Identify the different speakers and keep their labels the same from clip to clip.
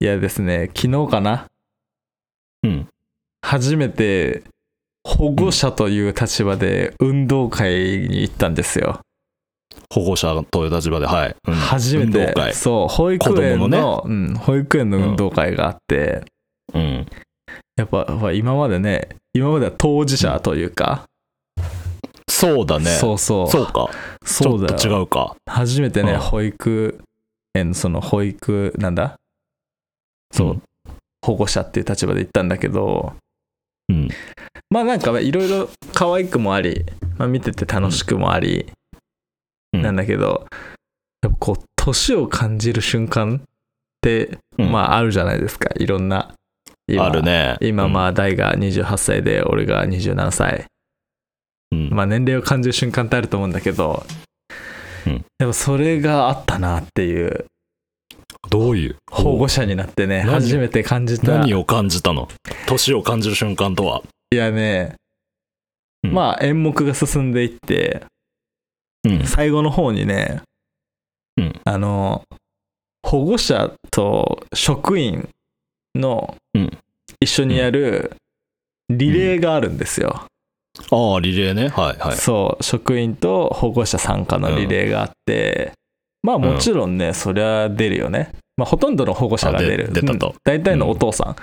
Speaker 1: いやですね、昨日かな、
Speaker 2: うん。
Speaker 1: 初めて保護者という立場で運動会に行ったんですよ。
Speaker 2: 保護者という立場で、はい。うん
Speaker 1: 初め
Speaker 2: 運動
Speaker 1: て
Speaker 2: 会。
Speaker 1: そう保育園の
Speaker 2: 子供の
Speaker 1: うん、保育園の運動会があって、
Speaker 2: うん。
Speaker 1: やっぱほら今までね今までは当事者というか、
Speaker 2: そうだね。
Speaker 1: そうそう
Speaker 2: そうか。
Speaker 1: そうだ
Speaker 2: ちょっ
Speaker 1: よ
Speaker 2: と違うか。
Speaker 1: 初めてね、
Speaker 2: うん
Speaker 1: 保育園その保育なんだ
Speaker 2: そう。
Speaker 1: 保護者っていう立場で行ったんだけど
Speaker 2: うん。
Speaker 1: まあなんかいろいろ可愛くもあり、まあ、見てて楽しくもあり、
Speaker 2: うん
Speaker 1: なんだけどやっぱこう年を感じる瞬間って、
Speaker 2: うん
Speaker 1: まああるじゃないですかいろんな今
Speaker 2: あるね。
Speaker 1: 今
Speaker 2: あ。
Speaker 1: まあ大が28歳で俺が27歳
Speaker 2: うん
Speaker 1: まあ年齢を感じる瞬間ってあると思うんだけど、
Speaker 2: うん
Speaker 1: でもそれがあったなっていう
Speaker 2: どういう
Speaker 1: 保護者になってね
Speaker 2: 何
Speaker 1: 初めて感じた
Speaker 2: 何
Speaker 1: い
Speaker 2: を感じたの年を感じる瞬間とは。
Speaker 1: やね、
Speaker 2: うん
Speaker 1: まあ演目が進んでいって
Speaker 2: うん。
Speaker 1: 最後の方にね、
Speaker 2: うん
Speaker 1: あの保護者と職員の
Speaker 2: うん
Speaker 1: 一緒にやるリレーがあるんですよ、
Speaker 2: ああ、リレーね。はいはい。
Speaker 1: そう職員と保護者参加のリレーがあって、まあもちろんね、そりゃ出るよね、まあ、ほとんどの保護者が出る
Speaker 2: あで出たと
Speaker 1: うん大体のお父さん、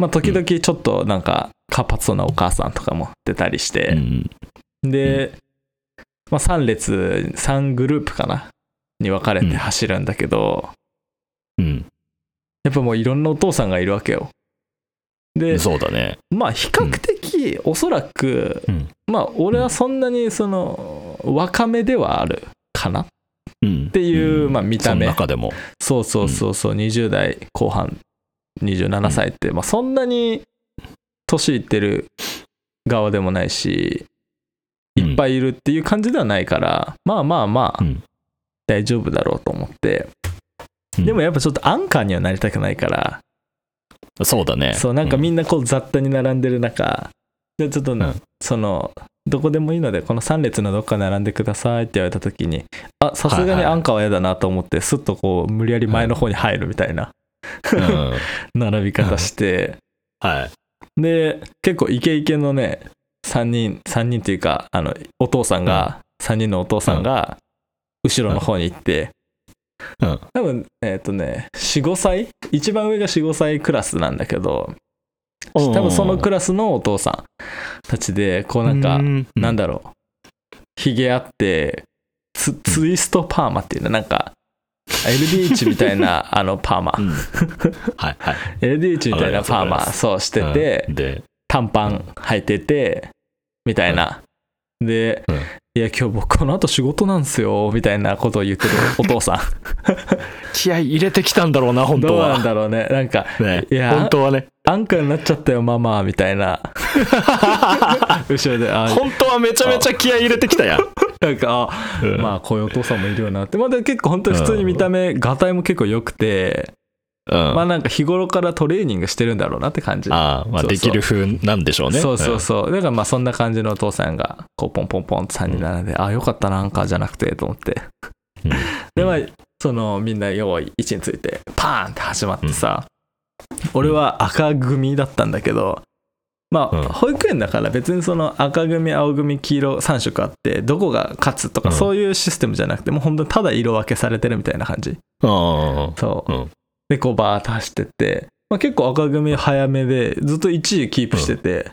Speaker 1: まあ時々ちょっとなんか活発そうなお母さんとかも出たりし
Speaker 2: う
Speaker 1: て、
Speaker 2: ん。
Speaker 1: で、まあ、3列3グループかなに分かれて走るんだけど、
Speaker 2: うん。
Speaker 1: やっぱもういろんなお父さんがいるわけよで
Speaker 2: そうだね。
Speaker 1: まあ比較的おそらく、
Speaker 2: うん
Speaker 1: まあ俺はそんなにその若めではあるかなっ
Speaker 2: うん。って
Speaker 1: いう、まあ見た目
Speaker 2: その中でも。
Speaker 1: そうそうそうそう20代後半27歳って、まあそんなに年いってる側でもないし
Speaker 2: うん
Speaker 1: いっぱいいるっていう感じではないから、まあまあまあ
Speaker 2: うん
Speaker 1: 大丈夫だろうと思って、
Speaker 2: うん
Speaker 1: でもやっぱちょっとアンカーにはなりたくないから、
Speaker 2: そうだね。
Speaker 1: そうなんか
Speaker 2: う
Speaker 1: みんなこう雑多に並んでる中、でちょっと、
Speaker 2: ん
Speaker 1: そのどこでもいいのでこの3列のどっか並んでくださいって言われた時にあさす
Speaker 2: はい
Speaker 1: が
Speaker 2: は
Speaker 1: に
Speaker 2: い
Speaker 1: アンカーは嫌だなと思ってスッとこう無理やり前の方に入るみたいな
Speaker 2: うん
Speaker 1: 並び方して、
Speaker 2: はい。
Speaker 1: で結構イケイケのね3人3人っていうかあのお父さんが、3人のお父さんが後ろの方に行って、
Speaker 2: うん
Speaker 1: 多分えっ、とね45歳一番上が45歳クラスなんだけど多分そのクラスのお父さんたちでこうなんか、なん
Speaker 2: だ
Speaker 1: だろうひげあってツツイストパーマっていうのなんか LDH みたい なあのパーマ
Speaker 2: うんはい はい。
Speaker 1: LDH みたいなパー
Speaker 2: わかりますわか
Speaker 1: マ
Speaker 2: ります
Speaker 1: そうしてて
Speaker 2: うんで、
Speaker 1: 短パン履いててみたいなで
Speaker 2: うん
Speaker 1: いや今日僕この後仕事なんすよみたいなことを 言ってるお父さ
Speaker 2: 気合い入れてきたんだろうな、
Speaker 1: ん
Speaker 2: 本
Speaker 1: ど
Speaker 2: 当
Speaker 1: うな
Speaker 2: は
Speaker 1: ん。だろうねなんか
Speaker 2: ね、
Speaker 1: いや
Speaker 2: 本当はね。
Speaker 1: アンカーになっちゃったよママみたい な後ろであ
Speaker 2: 本当はめちゃめちゃ気合い入れてきたやん。
Speaker 1: なんかあまあこういうお父さんもいるよなってまあでも結構本当に普通に見た目がたいも結構良くて
Speaker 2: あ、うん、
Speaker 1: まあ
Speaker 2: あ
Speaker 1: なんか日頃からトレーニングしてるんだろうなって感じ
Speaker 2: あ、まあ、
Speaker 1: そうそう
Speaker 2: できる風なんでしょうね。
Speaker 1: そうそ
Speaker 2: ん
Speaker 1: うそうだからまあそんな感じのお父さんがこうポンポンポンって3人並んでああよかったなアンカーじゃなくてと思って
Speaker 2: うん
Speaker 1: でまあそのみんな用意位置についてパーンって始まってさ俺は赤組だったんだけどま
Speaker 2: うん
Speaker 1: あ保育園だから別にその赤組青組黄色3色あってどこが勝つとか
Speaker 2: うん
Speaker 1: そういうシステムじゃなくてもう本当にただ色分けされてるみたいな感じ
Speaker 2: あ
Speaker 1: そう、
Speaker 2: うん
Speaker 1: でこうバーッと走ってって、まあ、結構赤組早めでずっと1位キープしてて、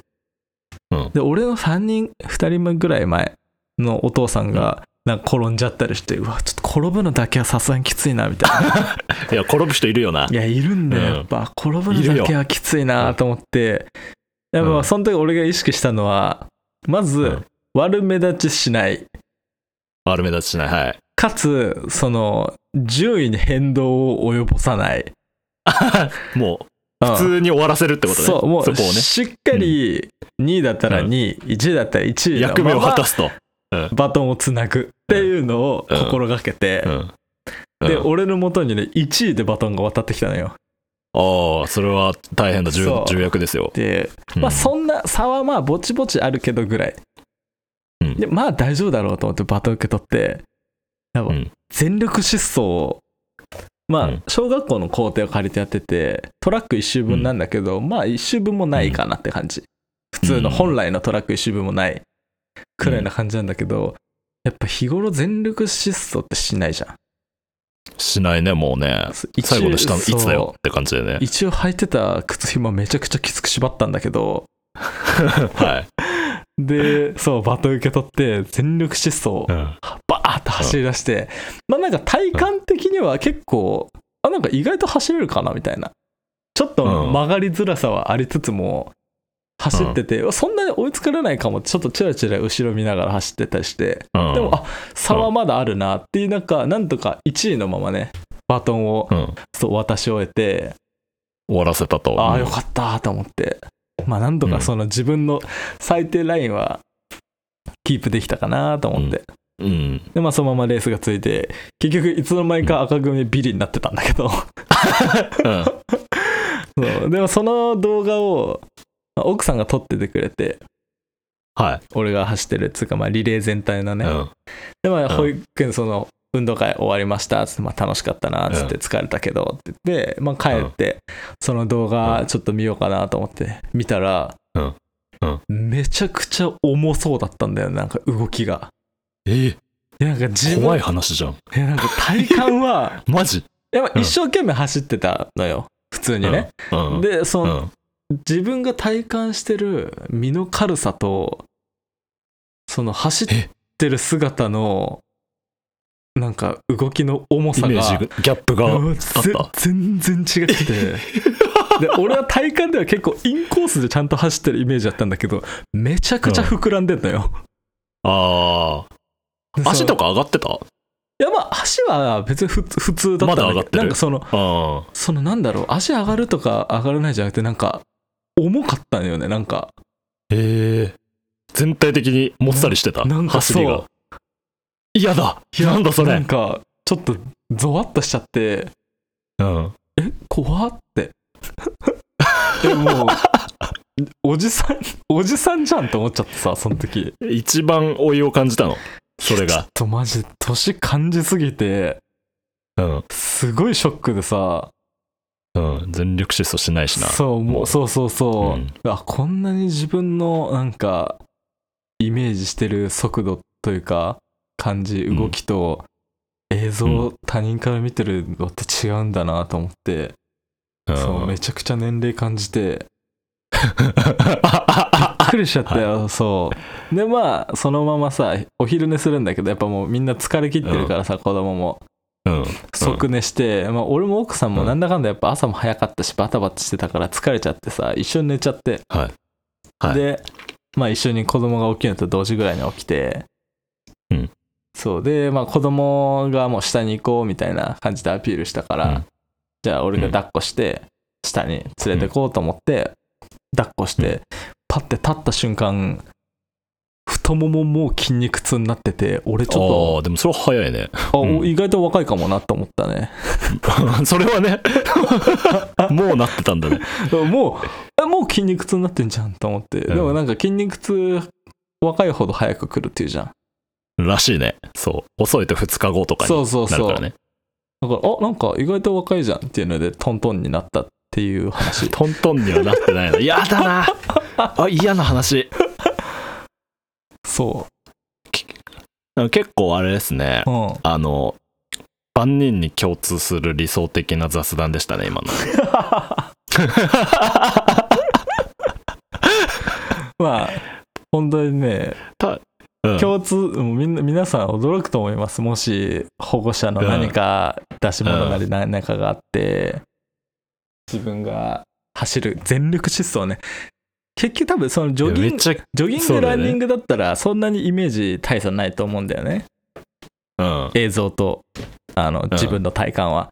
Speaker 2: うんうん
Speaker 1: で俺の3人2人ぐらい前のお父さんがなんか転んじゃったりしてうわちょっと転ぶのだけはさすがにきついなみたいな
Speaker 2: あ。いや、転ぶ人いるよな。
Speaker 1: いやいるんだよ
Speaker 2: うん
Speaker 1: やっぱ、転ぶのだけはきついなと思ってやっぱまあその時俺が意識したのはまず、
Speaker 2: うん
Speaker 1: 悪目立ちしない
Speaker 2: 悪目立ちしない。はい。
Speaker 1: かつその順位に変動を及ぼさない
Speaker 2: も
Speaker 1: 普
Speaker 2: う、普通に終わらせるってことね。
Speaker 1: そうもう
Speaker 2: そこをね、
Speaker 1: しっかり2位だったら
Speaker 2: うん
Speaker 1: 2位、1位だったら1位の
Speaker 2: 役目を
Speaker 1: まま
Speaker 2: 果たすと。
Speaker 1: バトンをつなぐっていうのを
Speaker 2: うん
Speaker 1: 心がけて、
Speaker 2: うん。
Speaker 1: で
Speaker 2: うん
Speaker 1: 俺の元にね1位でバトンが渡ってきたのよ
Speaker 2: ああ、それは大変だ。重
Speaker 1: そう
Speaker 2: 重役ですよ。
Speaker 1: で、まあ、そんな差はまあぼちぼちあるけどぐらい、
Speaker 2: うん
Speaker 1: でまあ大丈夫だろうと思ってバトン受け取ってやっぱ
Speaker 2: うん
Speaker 1: 全力疾走をまあ、
Speaker 2: うん
Speaker 1: 小学校の校庭を借りてやっててトラック1周分なんだけど、まあ1周分もないかなって感じ普通の
Speaker 2: うん
Speaker 1: 本来のトラック1周分もないくらいな感じなんだけど、やっぱ日頃全力疾走ってしないじゃん
Speaker 2: しないね、もうね。
Speaker 1: 一
Speaker 2: 最後の下のいつだ
Speaker 1: そう
Speaker 2: よって感じでね。
Speaker 1: 一応履いてた靴ひもめちゃくちゃきつく縛ったんだけど
Speaker 2: はい。
Speaker 1: で そうバトン受け取って全力疾走
Speaker 2: うん
Speaker 1: バーッと走り出して、まあなんか体感的には結構あなんか意外と走れるかなみたいなちょっと
Speaker 2: うん
Speaker 1: 曲がりづらさはありつつも走ってて、そんなに追いつかれないかもちょっとチラチラ後ろ見ながら走ってたりして
Speaker 2: うん
Speaker 1: でも、あ差はまだあるなっていうなんかなんとか1位のままねバトンを
Speaker 2: うん
Speaker 1: そう渡し終えて
Speaker 2: 終わらせたと。
Speaker 1: ああよかったと思ってまあなんとかその自分の最低ラインはキープできたかなと思って、
Speaker 2: うん。
Speaker 1: でまあそのままレースがついて結局いつの間にか赤組ビリになってたんだけど そ
Speaker 2: うん。
Speaker 1: うでもその動画をまあ奥さんが撮っててくれて
Speaker 2: はい。
Speaker 1: 俺が走ってるっつうかまあリレー全体の
Speaker 2: う
Speaker 1: ね、
Speaker 2: ん。
Speaker 1: でまあ
Speaker 2: うん
Speaker 1: 保育園その運動会終わりましたつって、まあ、楽しかったなつって
Speaker 2: う
Speaker 1: 疲れたけどって言って、まあ、帰ってその動
Speaker 2: う
Speaker 1: 画
Speaker 2: ん
Speaker 1: ちょっと見ようかなと思って見たら、
Speaker 2: うんうん
Speaker 1: めちゃくちゃ重そうだったんだよなんか動きが
Speaker 2: え
Speaker 1: いやなんか自
Speaker 2: ー
Speaker 1: 分
Speaker 2: 怖い話じゃん。
Speaker 1: いやなんか体感 は
Speaker 2: マジ
Speaker 1: いやまあ
Speaker 2: うん
Speaker 1: 一生懸命走ってたのよ普通にね、
Speaker 2: うん。
Speaker 1: で
Speaker 2: う
Speaker 1: その、
Speaker 2: ん、
Speaker 1: 自分が体感してる身の軽さとその走ってる姿のなんか動きの重
Speaker 2: イ
Speaker 1: さが
Speaker 2: メージギャップが
Speaker 1: うん
Speaker 2: あ
Speaker 1: ぜ
Speaker 2: っ
Speaker 1: 全然違ってて で俺は体感では結構インコースでちゃんと走ってるイメージだったんだけどめちゃくちゃ膨らんでんのよ、
Speaker 2: た。ああ。足と
Speaker 1: か
Speaker 2: か上がってた
Speaker 1: いやまあ足は別にふつ普通だったんだけど
Speaker 2: まだ上がってる
Speaker 1: なんかその
Speaker 2: うん。
Speaker 1: そのなんだろう足上がるとか上がらないじゃなくてなんか重かったのよねなんか
Speaker 2: へえ。全体的にもっさりしてた。
Speaker 1: なんか
Speaker 2: 走
Speaker 1: そう
Speaker 2: りが。嫌だなんだそ
Speaker 1: な
Speaker 2: れ
Speaker 1: んかちょっとゾワッとしちゃって
Speaker 2: うん。
Speaker 1: 怖って でもおじさんおじさんじゃんって思っちゃってさその時
Speaker 2: 一番老いを感じたの。そ
Speaker 1: ち
Speaker 2: れ
Speaker 1: ょっ
Speaker 2: が。
Speaker 1: とマジで年感じすぎて
Speaker 2: うん。
Speaker 1: すごいショックでさ
Speaker 2: うん。全力疾走しないしな。
Speaker 1: そうも
Speaker 2: も
Speaker 1: う
Speaker 2: う
Speaker 1: そうそうそうう、
Speaker 2: ん
Speaker 1: あこんなに自分のなんかイメージしてる速度というか感じ
Speaker 2: ん
Speaker 1: 動きと、映像、
Speaker 2: う
Speaker 1: 他人から見てるのって違うんだなと思って
Speaker 2: うん
Speaker 1: そうめちゃくちゃ年齢感じてびっくりしちゃったよ、そうでまあそのままさお昼寝するんだけどやっぱもうみんな疲れ切ってるからさ、子供も
Speaker 2: うん。
Speaker 1: 即寝して、まあ、俺も奥さんも
Speaker 2: うん
Speaker 1: なんだかんだやっぱ朝も早かったしバタバタしてたから疲れちゃってさ一緒に寝ちゃって、
Speaker 2: はいはい
Speaker 1: でまあ一緒に子供が起きるのと同時ぐらいに起きて
Speaker 2: うん
Speaker 1: そうでまあ子供がもう下に行こうみたいな感じでアピールしたから、
Speaker 2: うん
Speaker 1: じゃあ俺が抱っこして下に連れてこうと思って、抱っこして、パッて立った瞬間太もももう筋肉痛になってて俺ち
Speaker 2: あ
Speaker 1: ょ
Speaker 2: あ、でもそれは早いね。
Speaker 1: っとあ、
Speaker 2: うん
Speaker 1: 意外と若いかもなと思ったね
Speaker 2: それ はね、もうなってたんだね。
Speaker 1: でも もう、えもう筋肉痛になってんじゃんと思って。で
Speaker 2: うん
Speaker 1: もなんか筋肉痛、若いほど早く来るっていうじゃん。
Speaker 2: らしいね。そう。遅いと2日後とか
Speaker 1: そ
Speaker 2: に
Speaker 1: うそう
Speaker 2: なる
Speaker 1: そう。
Speaker 2: からね。。
Speaker 1: だから、あ、なんか意外と若いじゃんっていうので、トントンになったっていう 話
Speaker 2: トントンにはなってないの。嫌だな。あ、嫌な話。
Speaker 1: そ
Speaker 2: 結構あれですね
Speaker 1: う。。うん。
Speaker 2: あの、万人に共通する理想的な雑談でしたね、今の。
Speaker 1: まあ、本当にね、
Speaker 2: うん
Speaker 1: 共通、もうみんな、皆さん驚くと思います。もし、保護者の何か出し物なり何かがあって、自分が走る、全力疾走ね。結局多分、そのジョギ
Speaker 2: め
Speaker 1: ン
Speaker 2: っ
Speaker 1: グ、
Speaker 2: ちゃ、
Speaker 1: ジョギン
Speaker 2: そ
Speaker 1: グ、
Speaker 2: うだ
Speaker 1: ラ
Speaker 2: よ
Speaker 1: ン
Speaker 2: ね
Speaker 1: ニングだったら、そんなにイメージ大差ないと思うんだよね。
Speaker 2: うん、
Speaker 1: 映像と、あの、自分の体感は。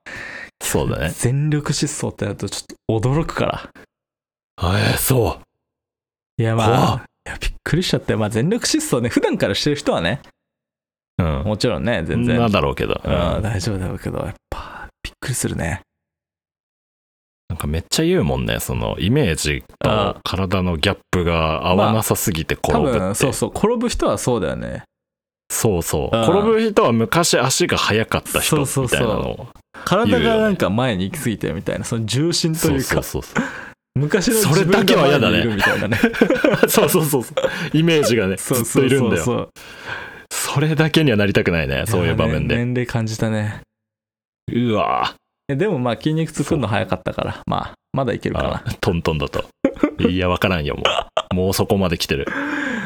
Speaker 2: そうだね。
Speaker 1: 全力疾走ってなると、ちょっと驚くから。
Speaker 2: えー、そう。
Speaker 1: いや、ま
Speaker 2: 怖
Speaker 1: あ、いやびっくりしちゃって、まあ、全力疾走ね、普段からしてる人はね、
Speaker 2: うん。
Speaker 1: もちろんね、全然、う
Speaker 2: なん
Speaker 1: ん、
Speaker 2: だろうけど、うんな
Speaker 1: 大丈夫だろうけど、やっぱ、びっくりするね。
Speaker 2: んかめっちゃ言うもんね、そのイメージ
Speaker 1: あ
Speaker 2: と体のギャップが合わなさすぎて転
Speaker 1: 多
Speaker 2: ぶって。
Speaker 1: 分、そうそう、転ぶ人はそうだよね。
Speaker 2: そうそう
Speaker 1: うん
Speaker 2: 転ぶ人は昔足が速かった人
Speaker 1: そうそうそう
Speaker 2: みたいなのを
Speaker 1: 体がなんか前に行き過ぎてるみたいなその重心という
Speaker 2: そ
Speaker 1: か
Speaker 2: うそうそう
Speaker 1: 昔の自分が前にいるみたいなね
Speaker 2: そうそうそうそうイメージがね ず
Speaker 1: そう
Speaker 2: っ
Speaker 1: そ
Speaker 2: と
Speaker 1: う
Speaker 2: いるん
Speaker 1: そう
Speaker 2: だよ
Speaker 1: そう
Speaker 2: それだけにはなりたくないねそういう場面
Speaker 1: や
Speaker 2: で
Speaker 1: ね年齢感じたね
Speaker 2: うわ
Speaker 1: えでもまあ筋肉つくの早かったからまあまだいけるかな
Speaker 2: あトントンだといやわからんよもうもうそこまで来てる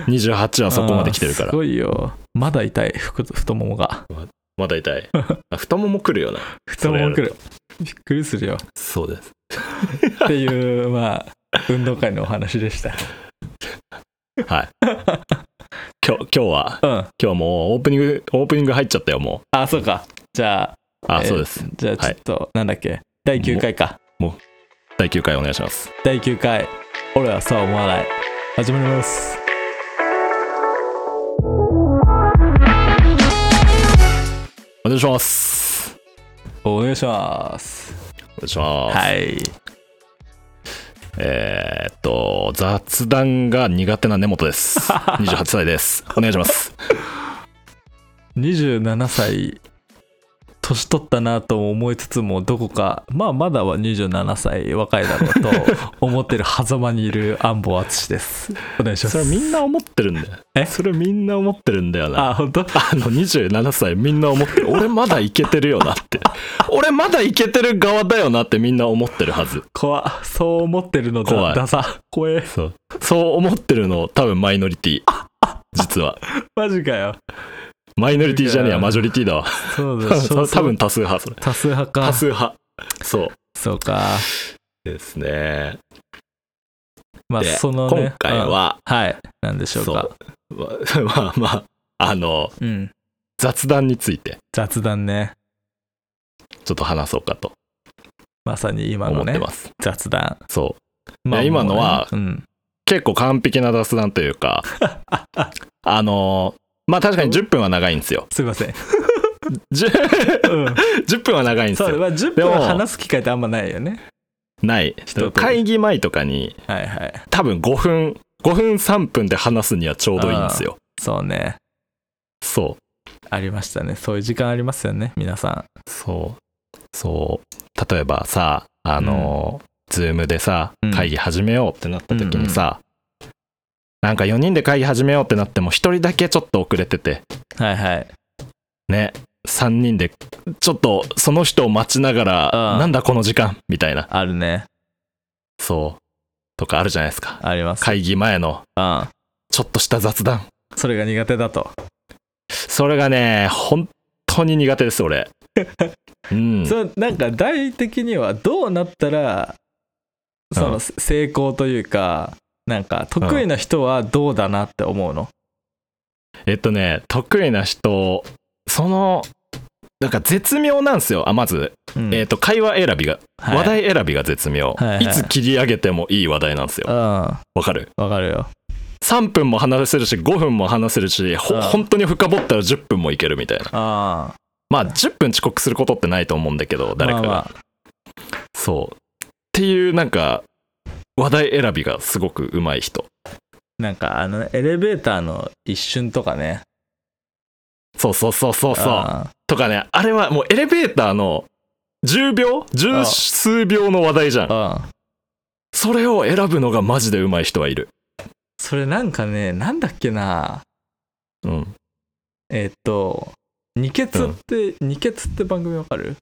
Speaker 2: 28はそこまで来てる
Speaker 1: あ
Speaker 2: か
Speaker 1: ー
Speaker 2: ら
Speaker 1: すごいよまだ痛いふく太ももが
Speaker 2: まだ痛いあ太もも来るよな
Speaker 1: 太ももく
Speaker 2: それや
Speaker 1: る
Speaker 2: と
Speaker 1: びっくりするよ
Speaker 2: そうです
Speaker 1: っていうまあ運動会のお話でした
Speaker 2: はい今日今日は
Speaker 1: うん
Speaker 2: 今日はもうオープニングオープニング入っちゃったよも
Speaker 1: あそうかじゃあ
Speaker 2: うあ
Speaker 1: えー
Speaker 2: そうです
Speaker 1: じゃあちょっと、なんだっけ第9回か
Speaker 2: 第9回お願いします
Speaker 1: 第9回俺はそう思わない始まります
Speaker 2: お願いします
Speaker 1: お願いします
Speaker 2: お願いします、
Speaker 1: はい
Speaker 2: えーっと雑談が苦手な根本です 28歳ですお願いします
Speaker 1: 27歳年取ったなと思いつつもどこかまあまだは27歳若いだろうと思ってる狭間にいる安保敦ですお願いします
Speaker 2: それみんな思ってるんだよ
Speaker 1: え
Speaker 2: それみんな思ってるんだよな
Speaker 1: あ本当
Speaker 2: あの27歳みんな思ってる俺まだいけてるよなって俺まだいけてる側だよなってみんな思ってるはず
Speaker 1: 怖っそう思ってるの
Speaker 2: 怖
Speaker 1: だ
Speaker 2: い
Speaker 1: ダサ怖え
Speaker 2: そうそう思ってるの多分マイノリティ実は
Speaker 1: マジかよ
Speaker 2: マイノリティじゃねえやマジョリティだわ
Speaker 1: そうだ
Speaker 2: 多
Speaker 1: 少数
Speaker 2: 分多数派それ
Speaker 1: 多数派
Speaker 2: 多
Speaker 1: か
Speaker 2: 数派そう
Speaker 1: そうか
Speaker 2: ですね
Speaker 1: まあ
Speaker 2: で
Speaker 1: そのね
Speaker 2: 今回は
Speaker 1: うんはいなんでしょう
Speaker 2: そう
Speaker 1: か
Speaker 2: まあまあまああの
Speaker 1: うん
Speaker 2: 雑談について
Speaker 1: 雑談ね
Speaker 2: ちょっと話そうかと
Speaker 1: まさに今
Speaker 2: 思
Speaker 1: の
Speaker 2: って
Speaker 1: ね
Speaker 2: ます、
Speaker 1: 雑談
Speaker 2: そういや今のは
Speaker 1: もうねうん
Speaker 2: 結構完璧な雑談というか あのまあ確かに10分は長いんですよ
Speaker 1: すいません
Speaker 2: じゅ
Speaker 1: うん
Speaker 2: 10分は長いんです
Speaker 1: そう、
Speaker 2: よ
Speaker 1: まあ、10
Speaker 2: で
Speaker 1: 分
Speaker 2: も
Speaker 1: 話す機会ってあんまないよね。
Speaker 2: ない
Speaker 1: 人と
Speaker 2: 会議前とかに
Speaker 1: はいはい。
Speaker 2: 多分5分5分3分で話すにはちょうどいいんですよ
Speaker 1: そうね。
Speaker 2: そ
Speaker 1: ありましたね。そういう時間ありますよね、皆さ
Speaker 2: うそうそう例えばさあの、ズームでさ
Speaker 1: うん
Speaker 2: 会議始めようってなった時にさ、なんか4人で会議始めようってなっても1人だけちょっと遅れてて
Speaker 1: ん。はいはい。
Speaker 2: ね3人でちょっとその人を待ちながら、
Speaker 1: うん
Speaker 2: なんだこの時間みたいな
Speaker 1: あるね。
Speaker 2: そうとかあるじゃないですか
Speaker 1: あります。
Speaker 2: 会議前の
Speaker 1: うん。
Speaker 2: ちょっとした雑談
Speaker 1: それが苦手だと。
Speaker 2: それがね本当に苦手で す俺うん
Speaker 1: それなんか、大的にはどうなったら、そうの、
Speaker 2: ん
Speaker 1: 成功というか、なんか、得意な人はどうだなって思うの。
Speaker 2: えっとね得意な人そのなんか絶妙なんですよあまず、
Speaker 1: うん
Speaker 2: えっと会話選びが、
Speaker 1: はい
Speaker 2: 話題選びが絶妙、
Speaker 1: はい
Speaker 2: い
Speaker 1: はい
Speaker 2: つ切り上げてもいい話題なんです
Speaker 1: う
Speaker 2: よ
Speaker 1: ん。わ
Speaker 2: わかる
Speaker 1: かるよ。
Speaker 2: 3分も話せるし5分も話せるしほ、
Speaker 1: うん
Speaker 2: 本当に深掘ったら10分もいけるみたいな
Speaker 1: ああ。
Speaker 2: まあ10分遅刻することってないと思うんだけど誰かが、
Speaker 1: まあま
Speaker 2: そうっていうなんか話題選びがすごく上手い人
Speaker 1: あなんか、あのね、エレベーターの一瞬とかね。
Speaker 2: そうそうそうそうそう
Speaker 1: あ
Speaker 2: とかね、あれはもうエレベーターの10秒
Speaker 1: あ
Speaker 2: 十数秒の話題じゃん。
Speaker 1: あ。うん。
Speaker 2: それを選ぶのがマジで上手い人はいる。
Speaker 1: それなんかね、なんだっけな。
Speaker 2: うん。
Speaker 1: えーっと、二欠って、二欠って番組わかる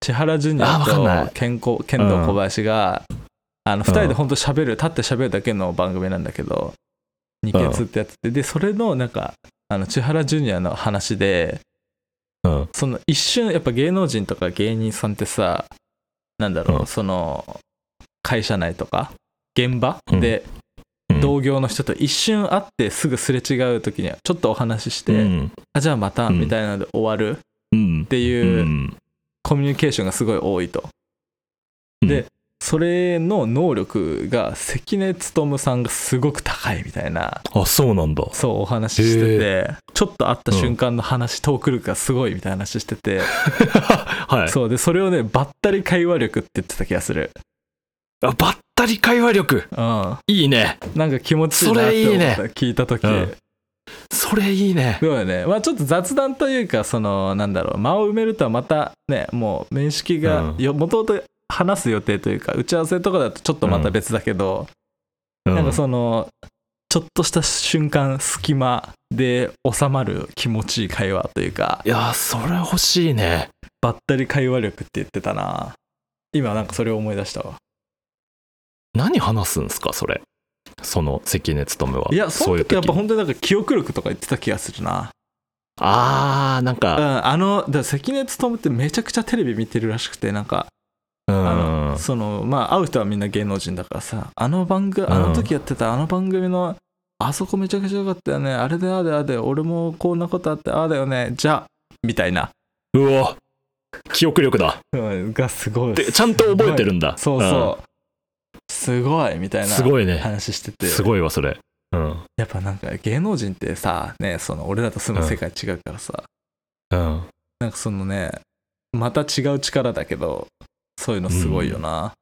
Speaker 1: 千原ジュニ
Speaker 2: あわかんな
Speaker 1: ア
Speaker 2: い
Speaker 1: と健康剣道小林が、あの、二人でほんと喋る、立って喋るだけの番組なんだけど、二欠ってやつで、で、それのなんか、あの、千原ジュニアの話で、
Speaker 2: うん。
Speaker 1: その一瞬、やっぱ芸能人とか芸人さんってさ、なんだろう、
Speaker 2: うん
Speaker 1: その、会社内とか、現場
Speaker 2: うん
Speaker 1: で
Speaker 2: うん
Speaker 1: 同業の人と一瞬会ってすぐすれ違う時にはちょっとお話しして、
Speaker 2: うん。
Speaker 1: あじゃあまた
Speaker 2: うん
Speaker 1: みたいなので終わるっ
Speaker 2: うん。
Speaker 1: て
Speaker 2: う。
Speaker 1: いうんコミュニケーションがすごい多いと。
Speaker 2: うん
Speaker 1: でそれの能力が関根勤さんがすごく高いみたいな
Speaker 2: あ、そうな んだ。
Speaker 1: そうお話ししててちょっと会った瞬間の話、トーク力がすごいみたいな話してて、
Speaker 2: はい。
Speaker 1: そうでそれをねばったり会話力って言ってた気がする
Speaker 2: あ、ばったり会話力。
Speaker 1: うん
Speaker 2: いいね。
Speaker 1: なんか気持ちいいなっ
Speaker 2: それいいね
Speaker 1: て思った聞いた時、
Speaker 2: うんそれいいね
Speaker 1: そうだねまあちょっと雑談というかそのなんだろう間を埋めるとはまたねもう面識が
Speaker 2: うん
Speaker 1: よもともと話す予定というか打ち合わせとかだとちょっとまた別だけど、
Speaker 2: うん
Speaker 1: なんかそのちょっとした瞬間隙間で収まる気持ちいい会話というか
Speaker 2: いやーそれ欲しいね
Speaker 1: ばったり会話力って言ってたな今なんかそれを思い出したわ
Speaker 2: 何話すんすかそれその関根勤はい
Speaker 1: やそ
Speaker 2: そう
Speaker 1: の
Speaker 2: いう
Speaker 1: 時
Speaker 2: 時
Speaker 1: やっぱ本当になんか記憶力とか言ってた気がするな
Speaker 2: あーなん
Speaker 1: うん
Speaker 2: か
Speaker 1: あのだから関根勤ってめちゃくちゃテレビ見てるらしくてなんか
Speaker 2: うん
Speaker 1: あのそのまあ会う人はみんな芸能人だからさあの番組
Speaker 2: うん
Speaker 1: あの時やってたあの番組のあそこめちゃくちゃ良かったよねあれでああでああで俺もこんなことあってああだよねじゃあみたいな
Speaker 2: うわ記憶力だ
Speaker 1: うんがすごい
Speaker 2: でちゃんと覚えてるんだ
Speaker 1: そう
Speaker 2: うん
Speaker 1: そうすごいみたい
Speaker 2: す
Speaker 1: な
Speaker 2: ごいね
Speaker 1: 話してて
Speaker 2: すごいわそれうん
Speaker 1: やっぱなんか芸能人ってさねその俺らと住む世界違うからさ
Speaker 2: うん
Speaker 1: なんかそのねまた違う力だけどそういうのすごいよな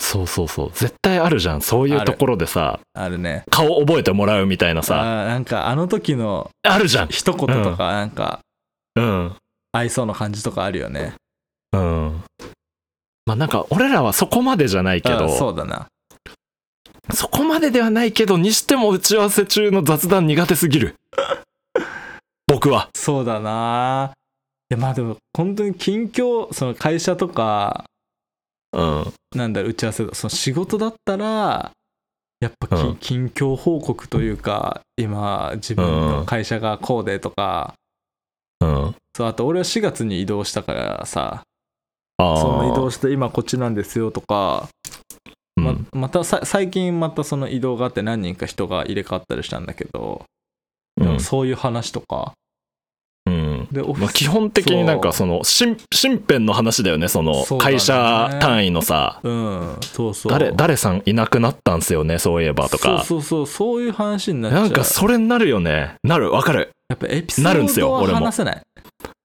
Speaker 2: そうそうそう絶対あるじゃんそういうところでさ
Speaker 1: あるね
Speaker 2: 顔覚えてもらうみたいなさ
Speaker 1: あーなんかあの時の
Speaker 2: あるじゃん
Speaker 1: 一言とかなんか
Speaker 2: うん
Speaker 1: 愛想の感じとかあるよね。
Speaker 2: うんまあなんか俺らはそこまでじゃないけ
Speaker 1: あ
Speaker 2: ど
Speaker 1: そうだな。
Speaker 2: そこまでではないけどにしても打ち合わせ中の雑談苦手すぎる僕は
Speaker 1: そうだな。いやまあでも本当に近況その会社とか
Speaker 2: うん
Speaker 1: なんだろう打ち合わせその仕事だったらやっぱき、
Speaker 2: うん
Speaker 1: 近況報告というか今自分の会社がこうでとか、
Speaker 2: うん
Speaker 1: そうあと俺は4月に移動したからさ
Speaker 2: ああ
Speaker 1: その移動して今こっちなんですよとか
Speaker 2: うん
Speaker 1: ままたさ最近またその移動があって何人か人が入れ替わったりしたんだけど、でもそういう話とか
Speaker 2: うん
Speaker 1: でオフィ
Speaker 2: まあ、
Speaker 1: ス
Speaker 2: 基本的になんかその身身辺の話だよねその
Speaker 1: そうだね
Speaker 2: 会社単位のさ、
Speaker 1: うんそうそう
Speaker 2: 誰誰さんいなくなったんすよねそういえばとか
Speaker 1: そうそうそうそういう話になっちゃう
Speaker 2: なんかそれになるよねなるわかる
Speaker 1: やっぱエピソ
Speaker 2: なるん
Speaker 1: ー
Speaker 2: す
Speaker 1: ド
Speaker 2: よ
Speaker 1: は
Speaker 2: 俺も
Speaker 1: 話せない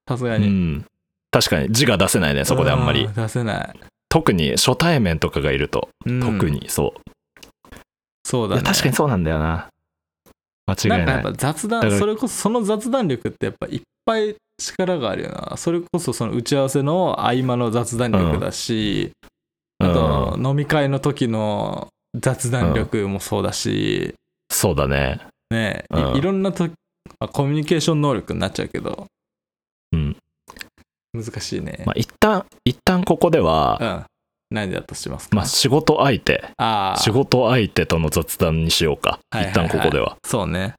Speaker 1: さすが
Speaker 2: う
Speaker 1: に、
Speaker 2: ん確かに字が出せないねそこであんまり
Speaker 1: う出せない、
Speaker 2: 特に初対面とかがいると、
Speaker 1: うん
Speaker 2: 特にそう
Speaker 1: そう
Speaker 2: い
Speaker 1: だ
Speaker 2: や
Speaker 1: ね
Speaker 2: 確かにそうなんだよな間違
Speaker 1: ないんかや
Speaker 2: な
Speaker 1: っぱ
Speaker 2: い
Speaker 1: 雑
Speaker 2: だか
Speaker 1: 談
Speaker 2: ら
Speaker 1: それこそその雑談力ってやっぱいっぱい力があるよなそれこそその打ち合わせの合間の雑談力だし、
Speaker 2: うん
Speaker 1: あと飲み会の時の雑談力もそうだし、
Speaker 2: そうだね
Speaker 1: ねい,、
Speaker 2: うん
Speaker 1: ろんなとまあコミュニケーション能力になっちゃうけど
Speaker 2: うん
Speaker 1: 難しいね、
Speaker 2: まあ一旦一旦ここでは、
Speaker 1: うん何だとしますか、
Speaker 2: まあ、仕事相手
Speaker 1: ああ
Speaker 2: 仕事相手との雑談にしようか、
Speaker 1: はいはいはい
Speaker 2: 一旦ここでは
Speaker 1: そうね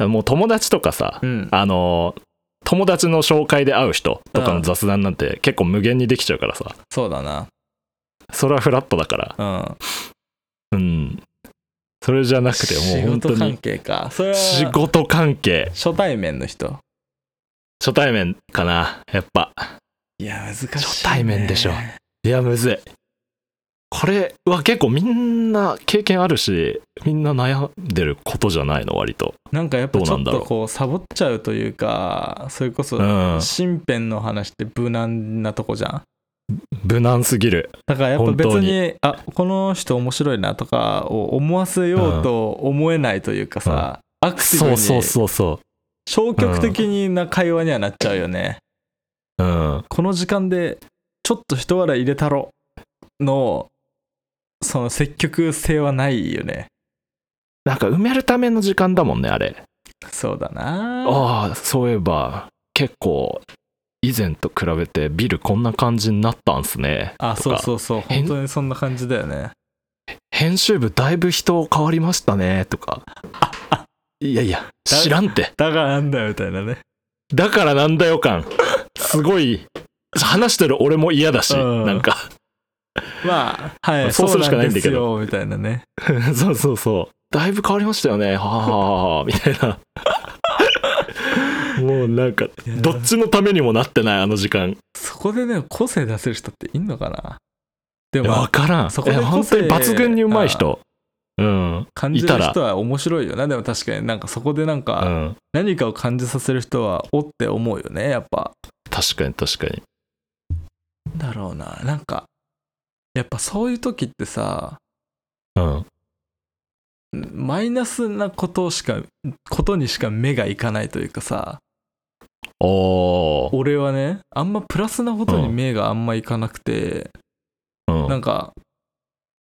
Speaker 2: もう友達とかさ、
Speaker 1: うん
Speaker 2: あの友達の紹介で会う人とかの雑談なんて結構無限にできちゃうからさ
Speaker 1: そうだな
Speaker 2: それはフラットだから
Speaker 1: うん
Speaker 2: うんそれじゃなくてもう本当
Speaker 1: 仕事関
Speaker 2: に
Speaker 1: 係かそれは
Speaker 2: 仕事関係
Speaker 1: 初対面の人
Speaker 2: 初対面かなやっぱ
Speaker 1: いや難しい、
Speaker 2: 初対面でしょいやむずいこれは結構みんな経験あるしみんな悩んでることじゃないの割と
Speaker 1: なんかやっぱち
Speaker 2: ど
Speaker 1: ょ
Speaker 2: うな
Speaker 1: っ
Speaker 2: んだろ
Speaker 1: と
Speaker 2: う
Speaker 1: こうサボっちゃうというかそれこそ
Speaker 2: うん
Speaker 1: 身辺の話って無難なとこじゃん
Speaker 2: 無難すぎる
Speaker 1: だからやっぱ別
Speaker 2: 本当
Speaker 1: にあこの人面白いなとかを思わせようと思えないというかさ、アクティブ
Speaker 2: そう
Speaker 1: に
Speaker 2: そうそうそ
Speaker 1: 消極的な会話にはなっちゃうよね、
Speaker 2: ううん
Speaker 1: この時間でちょっと一笑い入れたろのその積極性はないよね
Speaker 2: なんか埋めるための時間だもんねあれ
Speaker 1: そうだな
Speaker 2: ああそういえば結構以前と比べてビルこんな感じになったんすね
Speaker 1: あ
Speaker 2: と
Speaker 1: そう
Speaker 2: か
Speaker 1: そうそう
Speaker 2: 変
Speaker 1: 本当にそんな感じだよね
Speaker 2: 編集部だいぶ人変わりましたねとか いやいや
Speaker 1: だ
Speaker 2: 知らんって
Speaker 1: だからなんだよみたいなね
Speaker 2: だからなんだよ感すごい話してる俺も嫌だし、
Speaker 1: うん
Speaker 2: なんか
Speaker 1: まあはい
Speaker 2: そうするしかないんだけど
Speaker 1: そうなんですよみたいなね
Speaker 2: そうそうそうだいぶ変わりましたよねはあはあはあみたい なもうなんか
Speaker 1: いや
Speaker 2: どっちのためにもなってないあの時間
Speaker 1: そこでね個性出せる人っていんのかなで
Speaker 2: いや
Speaker 1: も
Speaker 2: わからん
Speaker 1: そこで
Speaker 2: いや
Speaker 1: 個
Speaker 2: 本
Speaker 1: 性
Speaker 2: 当に抜群にうまい人うん
Speaker 1: 感じる
Speaker 2: いたら
Speaker 1: 人は面白いよなでも確かになんかそこでなん
Speaker 2: う
Speaker 1: か
Speaker 2: ん
Speaker 1: 何かを感じさせる人はおって思うよねやっぱ
Speaker 2: 確かに確かに
Speaker 1: なんだろうななんかやっぱそういう時ってさ
Speaker 2: うん
Speaker 1: マイナスなことしかことにしか目がいかないというかさ
Speaker 2: おー
Speaker 1: 俺はねあんまプラスなことに目があんまいかなくて、
Speaker 2: うん
Speaker 1: なんか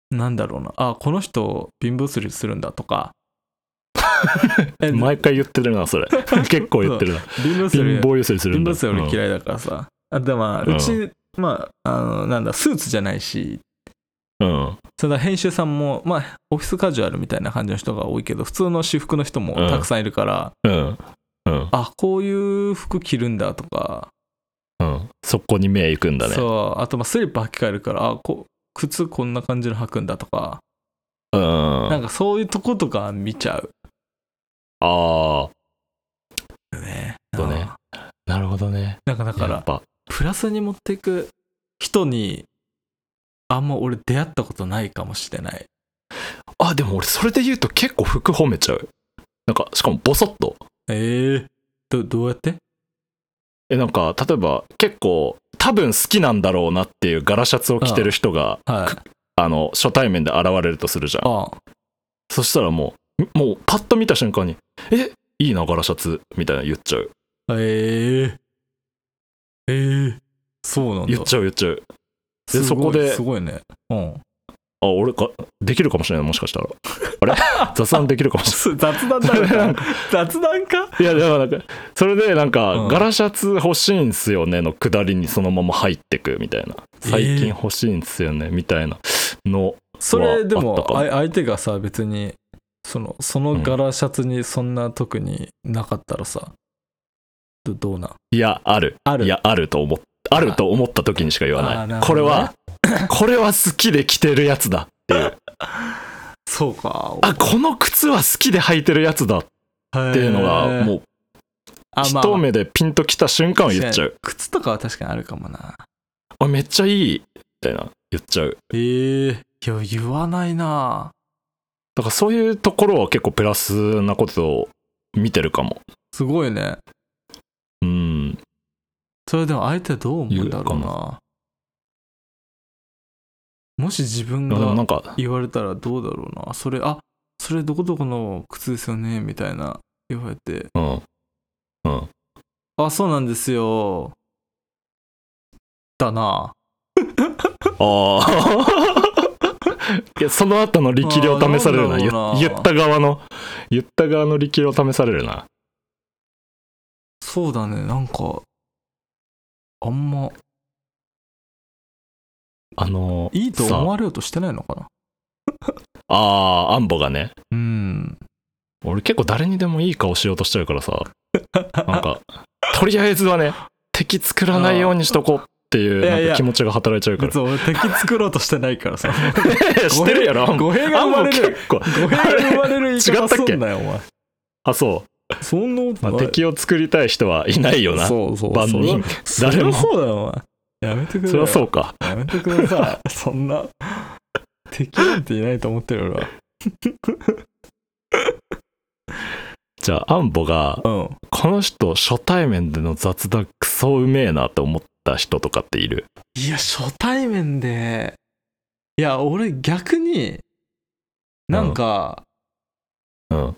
Speaker 1: なんだろうなあこの人貧乏すりするんだと かえ貧
Speaker 2: 毎回言ってるなそ れ結構言ってるな
Speaker 1: 乏す
Speaker 2: 貧
Speaker 1: り
Speaker 2: 乏ゆすりする
Speaker 1: 貧
Speaker 2: んだ
Speaker 1: 乏すり俺嫌いだからさ、あとまあ
Speaker 2: うん
Speaker 1: うち、まああのなんだスーツじゃないし
Speaker 2: うんうん
Speaker 1: その編集さんもまあオフィスカジュアルみたいな感じの人が多いけど普通の私服の人もたくさんいるから、
Speaker 2: うんうん
Speaker 1: あこういう服着るんだとか、
Speaker 2: うんそこに目行くんだね
Speaker 1: そうあとまあスリッパ履き替えるからあこ靴こんな感じの履くんだとか、
Speaker 2: うん
Speaker 1: なんかそういうとことか見ちゃう
Speaker 2: ああ
Speaker 1: よね。
Speaker 2: そうね
Speaker 1: あ
Speaker 2: なるほどね
Speaker 1: ーなんかだか
Speaker 2: やっ
Speaker 1: ら
Speaker 2: ぱ
Speaker 1: プラスに持っていく人にあんま俺出会ったことないかもしれない。
Speaker 2: あでも俺それで言うと結構服褒めちゃうなんかしかもボソッと
Speaker 1: ええどどうやって
Speaker 2: えなんか例えば結構多分好きなんだろうなっていう柄シャツを着てる人が
Speaker 1: はい。
Speaker 2: あの初対面で現れるとするじゃん
Speaker 1: あ
Speaker 2: そしたらもうんもうパッと見た瞬間に「えいいな柄シャツ」みたいな言っちゃう
Speaker 1: ええええそうなんだ。
Speaker 2: 言っちゃう言っちゃう
Speaker 1: すごい
Speaker 2: そこです
Speaker 1: ごいね。うん。
Speaker 2: あ俺かできるかもしれないもしかしたら あれ雑談できるかもし
Speaker 1: 雑談だ ね。雑談か
Speaker 2: れないいやでもなんかそれでなんか、
Speaker 1: うん
Speaker 2: 柄シャツ欲しいんすよね」のくだりにそのまま入ってくみたいな「最
Speaker 1: ええ
Speaker 2: 近欲しいんすよね」みたいなの
Speaker 1: それでも
Speaker 2: はあ
Speaker 1: あ
Speaker 2: った
Speaker 1: 相手がさ別にそのその柄シャツにそんな特になかったらさ、どどうなん
Speaker 2: いやある
Speaker 1: ある
Speaker 2: いやあると思っあると思った時にしか言わ
Speaker 1: あ
Speaker 2: な
Speaker 1: ー
Speaker 2: い
Speaker 1: なるほ
Speaker 2: これ
Speaker 1: どね
Speaker 2: はこれは好きで着てるやつだ
Speaker 1: そうか
Speaker 2: あこの靴は好きで履いてるやつだっていうのがもう一目でピンときた瞬間は言っちゃう
Speaker 1: 靴とかは確かにあるかもな
Speaker 2: あめっちゃいいみたいな言っちゃう
Speaker 1: ええいや言わないな
Speaker 2: だからそういうところは結構プラスなことを見てるかも
Speaker 1: すごいね
Speaker 2: うん
Speaker 1: それでも相手はどう思うんだろう
Speaker 2: 言う
Speaker 1: なもし自分
Speaker 2: でもな
Speaker 1: が
Speaker 2: んか
Speaker 1: 言われたらどうだろうなそれあそれどこどこの靴ですよねみたいな言われて
Speaker 2: うんうん
Speaker 1: あ、そうなんですよ。だな。
Speaker 2: ああ いやその後の力量試されるな
Speaker 1: あーなん
Speaker 2: 言
Speaker 1: だろうな
Speaker 2: 言った側の言った側の力量試されるな
Speaker 1: そうだね、なんか、あんま、
Speaker 2: あの
Speaker 1: いいと思
Speaker 2: さ
Speaker 1: われようとしてないのかな。
Speaker 2: ああーアンボがね
Speaker 1: うん。
Speaker 2: 俺結構誰にでもいい顔しようとしちゃうからさなんかとりあえずはね敵作らないようにしとこうっていう
Speaker 1: あーいやい
Speaker 2: な
Speaker 1: や
Speaker 2: んか気持ちが働いちゃうから
Speaker 1: 別に俺敵作ろうとしてないからさ。
Speaker 2: いや知ってるやろアンボ
Speaker 1: 語弊が
Speaker 2: ア
Speaker 1: 生
Speaker 2: ン
Speaker 1: まれ
Speaker 2: ボ
Speaker 1: る。
Speaker 2: 結構
Speaker 1: 語弊が生まれる言い
Speaker 2: 違
Speaker 1: 方
Speaker 2: ったっけ
Speaker 1: すんなよ、お前。
Speaker 2: あそ
Speaker 1: そんなこ
Speaker 2: う、ま
Speaker 1: と
Speaker 2: あ、
Speaker 1: ない。
Speaker 2: 敵を作りたい人はいないよな
Speaker 1: そうそう
Speaker 2: 万人
Speaker 1: そりゃ
Speaker 2: 誰も
Speaker 1: そうだよ、お前。やめてくれ
Speaker 2: それ
Speaker 1: よ。
Speaker 2: はそうか
Speaker 1: やめてくださ い。そんな、敵なんていないと思ってるよ、
Speaker 2: じゃあアンボが
Speaker 1: 俺は。うん。
Speaker 2: この人初対面での雑談クソうめえなと思った人とかっている
Speaker 1: いや、初対面で、いや、俺逆に、なんか、
Speaker 2: うん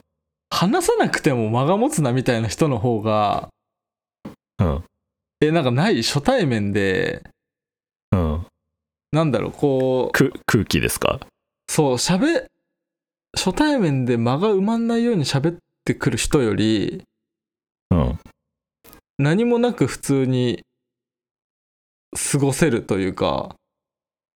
Speaker 1: 話さなくても間が持つなみたいな人の方が、
Speaker 2: うん
Speaker 1: え、なんかない初対面で、
Speaker 2: うん
Speaker 1: なんだろう、こ
Speaker 2: く空気ですか
Speaker 1: う、そう、喋、初対面で間が埋まんないように喋ってくる人より、
Speaker 2: うん
Speaker 1: 何もなく普通に過ごせるというか、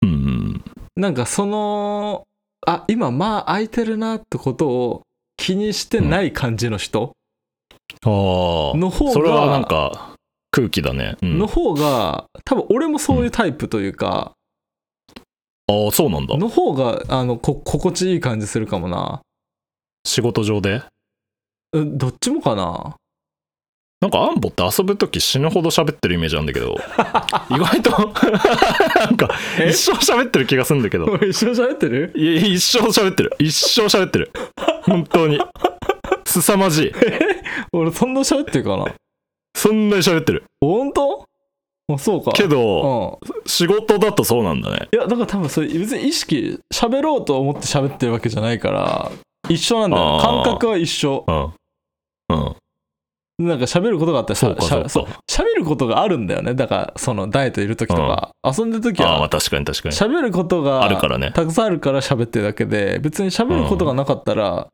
Speaker 2: うんうん
Speaker 1: なんかそのあ今まあ空いてるなってことを気にしてない感じの人
Speaker 2: あー
Speaker 1: の方が、
Speaker 2: それはなんか空気だね、うん、
Speaker 1: の
Speaker 2: あ
Speaker 1: 方が多分俺もそういうタイプというか、
Speaker 2: あそうなんだ
Speaker 1: の方があのこ心地いい感じするかもな
Speaker 2: 仕事上で
Speaker 1: うどっちもかな
Speaker 2: なんかアンボって遊ぶ時死ぬほど喋ってるイメージなんだけ ど意外となんか
Speaker 1: え
Speaker 2: 一生喋ってる気がするんだけど
Speaker 1: 一緒に喋ってる
Speaker 2: いや一生喋ってる一生喋ってる本当に凄まじい
Speaker 1: 俺そんな喋ってるかな
Speaker 2: そんなに喋ってる
Speaker 1: 本当あそうか
Speaker 2: け
Speaker 1: う
Speaker 2: ど
Speaker 1: ん
Speaker 2: 仕事だとそうなんだね
Speaker 1: いやだから多分それ別に意識喋ろうと思って喋ってるわけじゃないから一緒なんだよ
Speaker 2: あ
Speaker 1: 感
Speaker 2: ー
Speaker 1: 覚は一緒
Speaker 2: うん。うん。
Speaker 1: なんか喋ることがあったら
Speaker 2: そう
Speaker 1: さ
Speaker 2: か、
Speaker 1: し
Speaker 2: そ
Speaker 1: ゃ
Speaker 2: うか。そう
Speaker 1: 喋ることがあるんだよねだからそのダイエットいる時とか、遊んでる時
Speaker 2: ああ、ま
Speaker 1: は
Speaker 2: あ確かに確かに。
Speaker 1: 喋ることが
Speaker 2: あるからね。
Speaker 1: たくさんあるから喋ってるだけで別に喋ることがなかったら、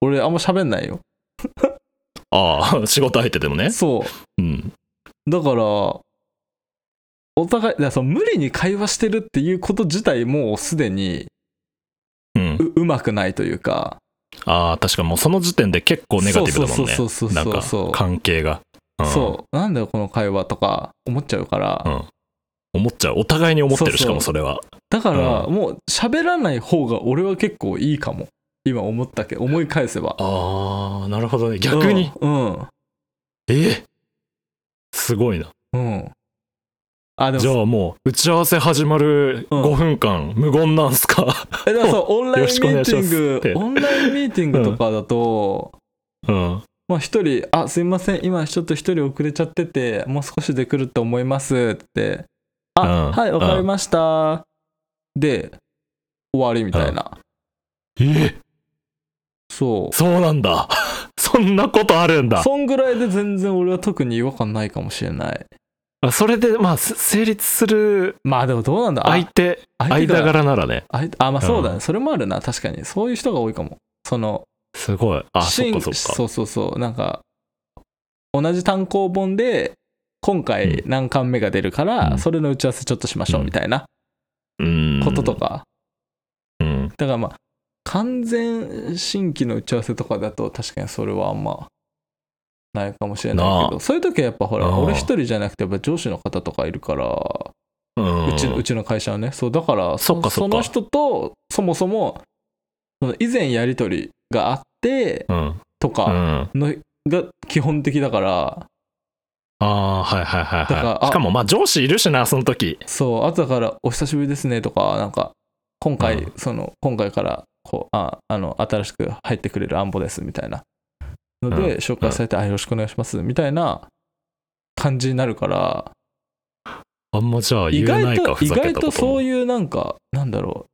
Speaker 1: 俺あんま喋んないよ
Speaker 2: ああ、仕事相手でもね。
Speaker 1: そ
Speaker 2: うん。
Speaker 1: うだからお互いだからその無理に会話してるっていうこと自体もうすでに
Speaker 2: うん。
Speaker 1: ううまくないというか
Speaker 2: ああ、確かにもうその時点で結構ネガティブだもんね
Speaker 1: そう。そうそ
Speaker 2: な
Speaker 1: うんそう
Speaker 2: か
Speaker 1: そう、
Speaker 2: 関係が。うん
Speaker 1: そうなんだよこの会話とか思っちゃうから、
Speaker 2: うん思っちゃう。お互いに思って
Speaker 1: そうそう
Speaker 2: る、しかもそれは。
Speaker 1: だから
Speaker 2: う
Speaker 1: もう喋らない方が俺は結構いいかも今思ったけど思い返せば
Speaker 2: ああ、なるほどね。逆に。
Speaker 1: うん
Speaker 2: ええすごいな。
Speaker 1: うん、あで
Speaker 2: じゃ
Speaker 1: も
Speaker 2: あもう、打ち合わせ始まる
Speaker 1: うん
Speaker 2: 5分間、無言なんすか
Speaker 1: えだからそうオンラインミーティン
Speaker 2: よろしくお願いしますっ
Speaker 1: グ
Speaker 2: て
Speaker 1: オンラインミーティングとかだと、
Speaker 2: うん。
Speaker 1: まあ一人「あすいません今ちょっと一人遅れちゃっててもう少しで来ると思います」って「あ、
Speaker 2: うん
Speaker 1: はいわかりました」で終わりみたいな、
Speaker 2: ええ
Speaker 1: そう
Speaker 2: そうなんだ。 そんなことあるんだ。
Speaker 1: そんぐらいで全然俺は特に違和感ないかもしれない。
Speaker 2: あそれで、まあ、す成立する
Speaker 1: まあでもどうなんだあ
Speaker 2: 相手、
Speaker 1: 相手
Speaker 2: 間
Speaker 1: が
Speaker 2: 柄ならね、
Speaker 1: あいあ、まあそうだね、
Speaker 2: うん
Speaker 1: それもあるな、確かに。そういう人が多いかも。その、
Speaker 2: すごい。あ、そっ
Speaker 1: 新
Speaker 2: かそっか。
Speaker 1: そうそうそう、なんか、同じ単行本で、今回
Speaker 2: う
Speaker 1: 何巻目が出るから、
Speaker 2: うん
Speaker 1: それの打ち合わせちょっとしましょう
Speaker 2: うん
Speaker 1: みたいな
Speaker 2: うん。
Speaker 1: こととか。
Speaker 2: うん。
Speaker 1: だからまあ、完全新規の打ち合わせとかだと、確かにそれはあんま、ないかもしれないけ
Speaker 2: な
Speaker 1: ど、そういう時はやっぱほら、
Speaker 2: うん
Speaker 1: 俺一人じゃなくて、やっぱ上司の方とかいるから、
Speaker 2: うん。
Speaker 1: うちのうちの会社はねそうだから
Speaker 2: そっかそっか
Speaker 1: の人とそもそもその以前やり取りがあって
Speaker 2: うん。うん。
Speaker 1: とか
Speaker 2: あ
Speaker 1: の、が基本的だから
Speaker 2: あー、はいはいは
Speaker 1: だ
Speaker 2: い
Speaker 1: から
Speaker 2: は
Speaker 1: あ
Speaker 2: い。しかも、まあ、上司いるしな、その時。
Speaker 1: そうあとだから「お久しぶりですね」とかなんか「今回、
Speaker 2: う
Speaker 1: その今回からこうああの新しく入ってくれるアンボです」みたいなので、
Speaker 2: うん
Speaker 1: 紹介されて、あ「よろしくお願いします」みたいな感じになるから
Speaker 2: あんまじゃあ、
Speaker 1: 意
Speaker 2: 言え
Speaker 1: 外
Speaker 2: ないか、
Speaker 1: と
Speaker 2: ふ
Speaker 1: 意
Speaker 2: ざけ
Speaker 1: 外
Speaker 2: た
Speaker 1: と
Speaker 2: ことも
Speaker 1: そういうなんかなんだろ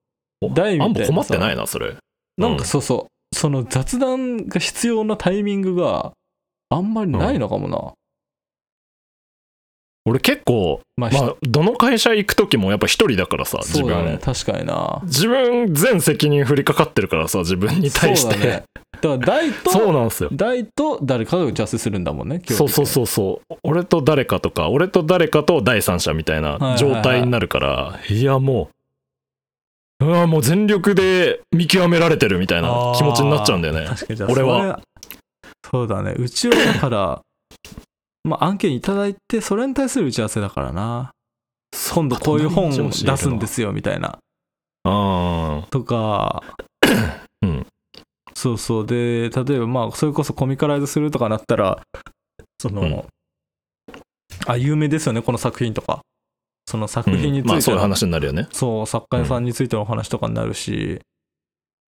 Speaker 1: う
Speaker 2: お
Speaker 1: 台
Speaker 2: あん
Speaker 1: みた
Speaker 2: ま
Speaker 1: い
Speaker 2: 困
Speaker 1: な
Speaker 2: っ
Speaker 1: さ
Speaker 2: てないな、それ。
Speaker 1: なん
Speaker 2: う
Speaker 1: か
Speaker 2: ん
Speaker 1: そうそう、その雑談が必要なタイミングがあんまりないのかもな。
Speaker 2: 俺結構、
Speaker 1: まあ、
Speaker 2: まあ、どの会社行く時もやっぱ一人だからさ、自
Speaker 1: そうだね、
Speaker 2: 分。
Speaker 1: 確かにな。
Speaker 2: 自分全責任振りかかってるからさ、自分に対し
Speaker 1: そうだ
Speaker 2: て
Speaker 1: ね。。だから大
Speaker 2: そう
Speaker 1: と、
Speaker 2: なんですよ。
Speaker 1: 大と誰かが打ち合わせするんだもんね、
Speaker 2: そうそう
Speaker 1: う。
Speaker 2: そうそう俺と誰かとか俺と誰かと第三者みたい
Speaker 1: はいはい
Speaker 2: な状態になるから、いやもううわもう全力で見極められてるみたいな気持ちになっちゃうんだよね
Speaker 1: 確かにじゃあ
Speaker 2: 俺は
Speaker 1: それ。そうだね、うちはだから、 まあ案件いただいて、それに対する打ち合わせだからな。今度こういう本を出すんですよみたいな。
Speaker 2: あ、
Speaker 1: とか
Speaker 2: うん
Speaker 1: そうそうで例えばまあそれこそコミカライズするとかなったらその、
Speaker 2: うん
Speaker 1: あ有名ですよねこの作品とかその作
Speaker 2: ー、
Speaker 1: 品に
Speaker 2: う
Speaker 1: つ
Speaker 2: んまあ
Speaker 1: いて
Speaker 2: そう
Speaker 1: の、
Speaker 2: いう話になるよね
Speaker 1: そう作家さんについてのお話とかになるし、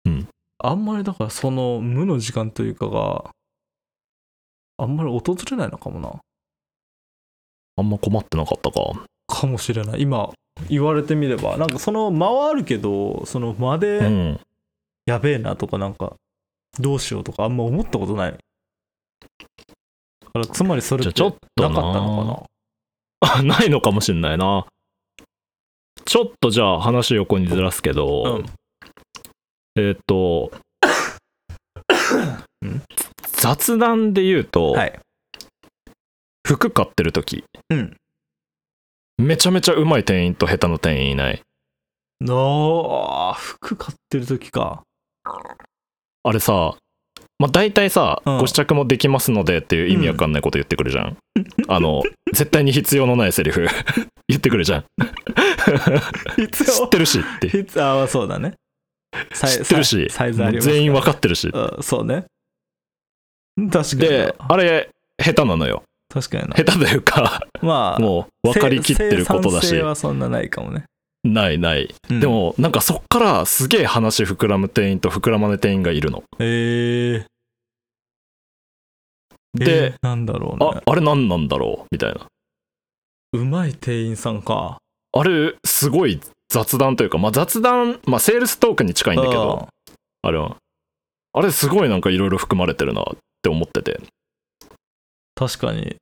Speaker 2: うん
Speaker 1: あんまりだからその無の時間というかがあんまり訪れないのかもな
Speaker 2: あんま困ってなかったか
Speaker 1: かもしれない今言われてみればなんかその間はあるけどその間で、
Speaker 2: うん
Speaker 1: やべえなとかなんかどうしようとかあんま思ったことないだからつまりそれ
Speaker 2: じゃあ
Speaker 1: って
Speaker 2: ちょ
Speaker 1: な
Speaker 2: っ
Speaker 1: かった
Speaker 2: とな
Speaker 1: の
Speaker 2: あないのかもしんないなちょっとじゃあ話横にずらすけ
Speaker 1: かな
Speaker 2: ど、えーっ、と
Speaker 1: うん
Speaker 2: 雑談で言うと、
Speaker 1: はい
Speaker 2: 服買ってる時
Speaker 1: うん
Speaker 2: めちゃめちゃうまい店員と下手な店員いない
Speaker 1: のあー服買ってる時 か
Speaker 2: あれさまあ大体さ、
Speaker 1: うん
Speaker 2: ご試着もできますのでっていう意味わかんないこと言ってくるじゃん、 あの絶対に必要のないセリフ 言ってくるじゃん
Speaker 1: 必
Speaker 2: 知ってるしって知
Speaker 1: 必要あーそうだねサイ
Speaker 2: ってるし
Speaker 1: サイサイズあります
Speaker 2: 全員わかってるし
Speaker 1: うんそうねうん確かに
Speaker 2: で
Speaker 1: な
Speaker 2: あれ下手なのよ
Speaker 1: 確かにな
Speaker 2: 下手というか
Speaker 1: まあ
Speaker 2: もう分かりきってること
Speaker 1: 生産
Speaker 2: だ
Speaker 1: 性
Speaker 2: し
Speaker 1: はそんなないかもね、
Speaker 2: ないない、
Speaker 1: うん
Speaker 2: でもなんかそっからすげえ話膨らむ店員と膨らまない店員がいるの
Speaker 1: えー
Speaker 2: で、
Speaker 1: えーなんだろう
Speaker 2: あ
Speaker 1: ね
Speaker 2: あれ何なんだろうみたいな
Speaker 1: うまい店員さんか
Speaker 2: あれすごい雑談というか、まあ、雑談、まあ、セールストークに近いんだけどあれはあれすごいなんかいろいろ含まれてるなって思ってて
Speaker 1: 確かに